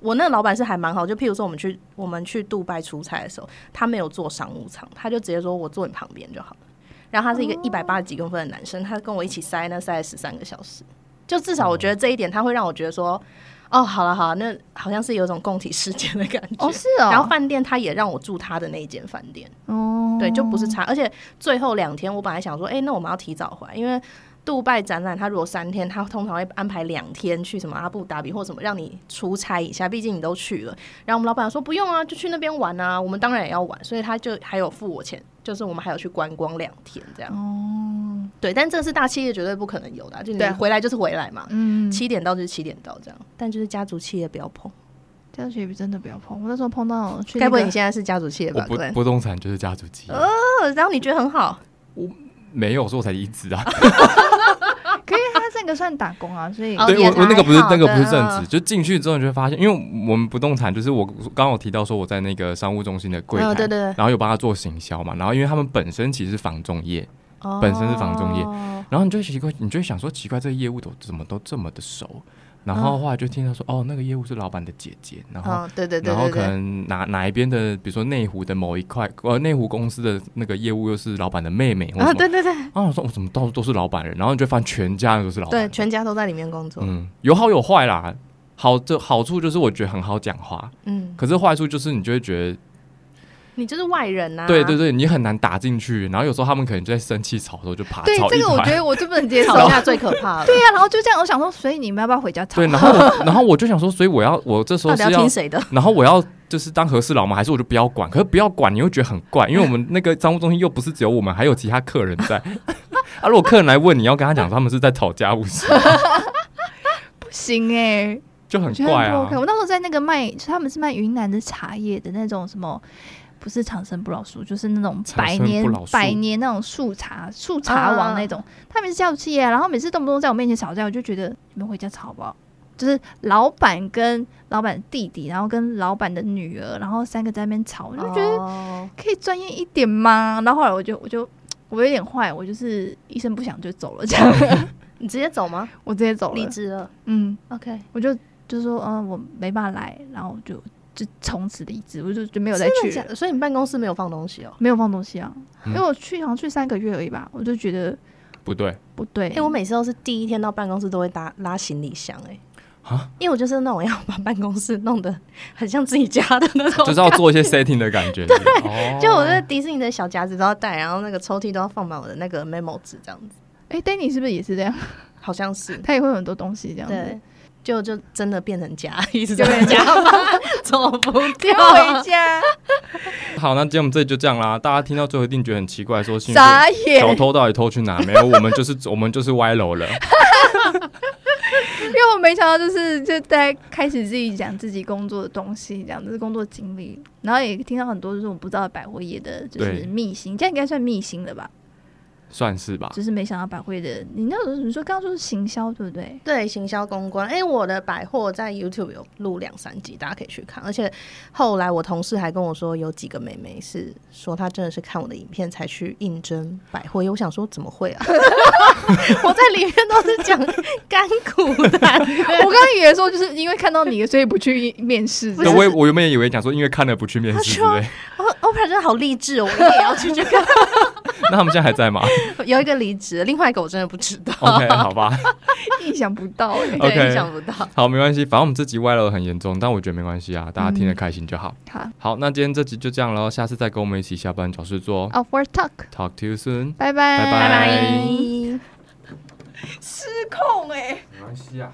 Speaker 2: 我那个老板是还蛮好，就譬如说我们去我们去杜拜出差的时候，他没有坐商务舱，他就直接说我坐你旁边就好了。然后他是一
Speaker 1: 哦
Speaker 2: 个一百八十几公分的男生，他跟我一起塞那塞了十三个小时，就至少我觉得这一点，他会让我觉得说，哦，好了好了，那好像是有种共体时间的感觉。
Speaker 1: 哦，是哦，
Speaker 2: 然后饭店他也让我住他的那一间饭店，
Speaker 1: 哦，
Speaker 2: 对，就不是差。而且最后两天，我本来想说，哎、那我们要提早回来，因为杜拜展览，他如果三天，他通常会安排两天去什么阿布达比或什么，让你出差一下，毕竟你都去了。然后我们老板说不用啊，就去那边玩啊，我们当然也要玩，所以他就还有付我钱，就是我们还有去观光两天这样。哦，对，但这是大企业绝对不可能有的啊、就你
Speaker 1: 对啊
Speaker 2: 回来就是回来嘛，
Speaker 1: 嗯，
Speaker 2: 七点到就是七点到这样。但就是家族企业不要碰，
Speaker 1: 教学真的不要碰。我那时候碰到去、那
Speaker 2: 该不会
Speaker 1: 个
Speaker 2: 你现在是家族企业
Speaker 3: 我
Speaker 2: 吧？
Speaker 3: 不
Speaker 2: 对，
Speaker 3: 不动产就是家族基因，
Speaker 2: 呃然后你觉得很好。
Speaker 3: 没有，所以我才离职啊。
Speaker 1: 可以，他这个算打工啊，所以
Speaker 2: 哦
Speaker 3: 对
Speaker 2: 也
Speaker 3: 我我那个不是
Speaker 2: 还好嗯
Speaker 3: 那个不是
Speaker 2: 的
Speaker 3: 正职，就进去之后你就会发现，因为我们不动产就是我刚刚有提到说我在那个商务中心的柜台，
Speaker 2: 嗯对对对
Speaker 3: 然后有帮他做行销嘛，然后因为他们本身其实是房仲业， 本身是房仲业
Speaker 2: 业，
Speaker 3: 然后你就会奇怪，你就会想说奇怪，这个业务都怎么都这么的熟，然后后来就听到说、哦，那个业务是老板的姐姐，然后。
Speaker 2: 嗯，对对对
Speaker 3: 然后
Speaker 2: 对
Speaker 3: 可
Speaker 2: 对，
Speaker 3: 能哪哪一边的，比如说内湖的某一块，呃，内湖公司的那个业务又是老板的妹妹，或什
Speaker 2: 啊，
Speaker 3: 么
Speaker 2: 对对对
Speaker 3: 啊，我说我怎么到处都是老板人，然后你就发现全家人都是老板
Speaker 2: 对，
Speaker 3: 人，
Speaker 2: 全家都在里面工作，
Speaker 3: 嗯，有好有坏啦。好，这好处就是我觉得很好讲话，
Speaker 2: 嗯，
Speaker 3: 可是坏处就是你就会觉得，
Speaker 2: 你就是外人啊
Speaker 1: 啊
Speaker 2: 呐，
Speaker 3: 对对对，你很难打进去。然后有时候他们可能就在生气吵的时候就爬
Speaker 1: 对
Speaker 3: 吵
Speaker 1: 哎这
Speaker 3: 一
Speaker 1: 个我觉
Speaker 3: 团，
Speaker 1: 得我就不能接受。
Speaker 2: 吵架最可怕 了，
Speaker 1: 对啊呀、然后就这样，我想说，所以你们要不要回家吵？
Speaker 3: 对，然啊后我然后我就想说，所以我要我这时
Speaker 2: 到
Speaker 3: 候
Speaker 2: 底
Speaker 3: 是
Speaker 2: 要听谁 的？
Speaker 3: 然后我要就是当和事佬吗？还是我就不要管？可是不要管，你又觉得很怪，因为我们那个商务中心又不是只有我们，还有其他客人在。 啊，如果客人来问，你要跟他讲他们是在讨价还价，
Speaker 1: 不行哎、
Speaker 3: 就
Speaker 1: 我
Speaker 3: 很
Speaker 1: 觉得
Speaker 3: 怪
Speaker 1: 很不 OK。
Speaker 3: 啊。
Speaker 1: 我那时候在那个卖，他们是卖云南的茶叶的那种什么。不是长生不老树，就是那种
Speaker 3: 长
Speaker 1: 百
Speaker 3: 生
Speaker 1: 年
Speaker 3: 不老树
Speaker 1: 百年那种树茶树茶王那种，他们是叫气啊，然后每次动不动在我面前吵架，我就觉得你们回家吵吧。就是老板跟老板弟弟，然后跟老板的女儿，然后三个在那边吵，我就觉得
Speaker 2: 得
Speaker 1: 可以专业一点吗？然后后来我就我就我有点坏，我就是一声不响就走了，这 样
Speaker 2: 你直接走吗？
Speaker 1: 我直接走
Speaker 2: 离
Speaker 1: 了。
Speaker 2: 职了
Speaker 1: 嗯，
Speaker 2: ，OK，
Speaker 1: 我就就说嗯、我没办法来，然后我就就从此离职，我就就没有再
Speaker 2: 真
Speaker 1: 去
Speaker 2: 的假
Speaker 1: 了，
Speaker 2: 的？所以你办公室没有放东西哦？
Speaker 1: 没有放东西啊，
Speaker 3: 嗯
Speaker 1: 因为我去好像去三个月而已吧，我就觉得
Speaker 3: 不对，
Speaker 1: 不对。
Speaker 2: 哎、我每次都是第一天到办公室都会拉拉行李箱、哎。
Speaker 3: 啊，
Speaker 2: 因为我就是那种要把办公室弄得 很像自己家的那种，
Speaker 3: 就是要做一些 setting 的感觉。对，哦
Speaker 2: 就我那迪士尼的小夹子都要带，然后那个抽屉都要放满我的那个 memo 纸，这样子，
Speaker 1: 哎、d a n n y 是不是也是这样？
Speaker 2: 好像是。
Speaker 1: 他也会有很多东西这样子
Speaker 2: 对。，就就真的变成家，一直
Speaker 1: 就
Speaker 2: 在
Speaker 1: 变成
Speaker 2: 家 吧，走不
Speaker 1: 要
Speaker 2: 掉。
Speaker 1: 回家，
Speaker 3: 好，那今天我们这里就这样啦。大家听到最后一定觉得很奇怪，说幸亏
Speaker 1: 傻眼，
Speaker 3: 小偷到底偷去哪？没有，我们就是我们就是歪楼了。
Speaker 1: 因为我没想到，就是就在开始自己讲自己工作的东西，讲就是工作经历，然后也听到很多就是我不知道的百货业的，就是
Speaker 3: 对
Speaker 1: 秘辛，这样应该算秘辛了吧？
Speaker 3: 算是吧。
Speaker 1: 就是没想到百货业的，你那时候你说刚刚说是行销对不对？
Speaker 2: 对，行销公关。哎、我的百货在 YouTube 有录两三集，大家可以去看。而且后来我同事还跟我说，有几个妹妹是说她真的是看我的影片才去应征百货业。我想说，怎么会啊？ 我在里面都是讲甘苦谈
Speaker 1: 我刚刚以为说就是因为看到你，所以不去面试，
Speaker 3: 对，我也我原本也以为讲说，因为看了不去面试之类。
Speaker 2: 哦 OPRA 真的好励志哦，我一定也要去这个。
Speaker 3: 那他们现在还在吗
Speaker 2: 有一个离职，另外一个我真的不知道，
Speaker 3: ？OK，好吧，
Speaker 1: 意想不到哎、
Speaker 2: 对
Speaker 3: OK
Speaker 2: 意想不到。
Speaker 3: 好，没关系，反正我们这集歪楼很严重，但我觉得没关系啊，大家
Speaker 1: 嗯
Speaker 3: 听得开心就好。
Speaker 1: 好
Speaker 3: 好，那今天这集就这样喽，下次再跟我们一起下班找事做。哦。
Speaker 1: ，Off Work 啊 Talk，
Speaker 3: Talk to you soon。
Speaker 1: 拜拜
Speaker 3: 拜拜
Speaker 2: 拜欸
Speaker 1: 失控哎、
Speaker 3: 没关系啊。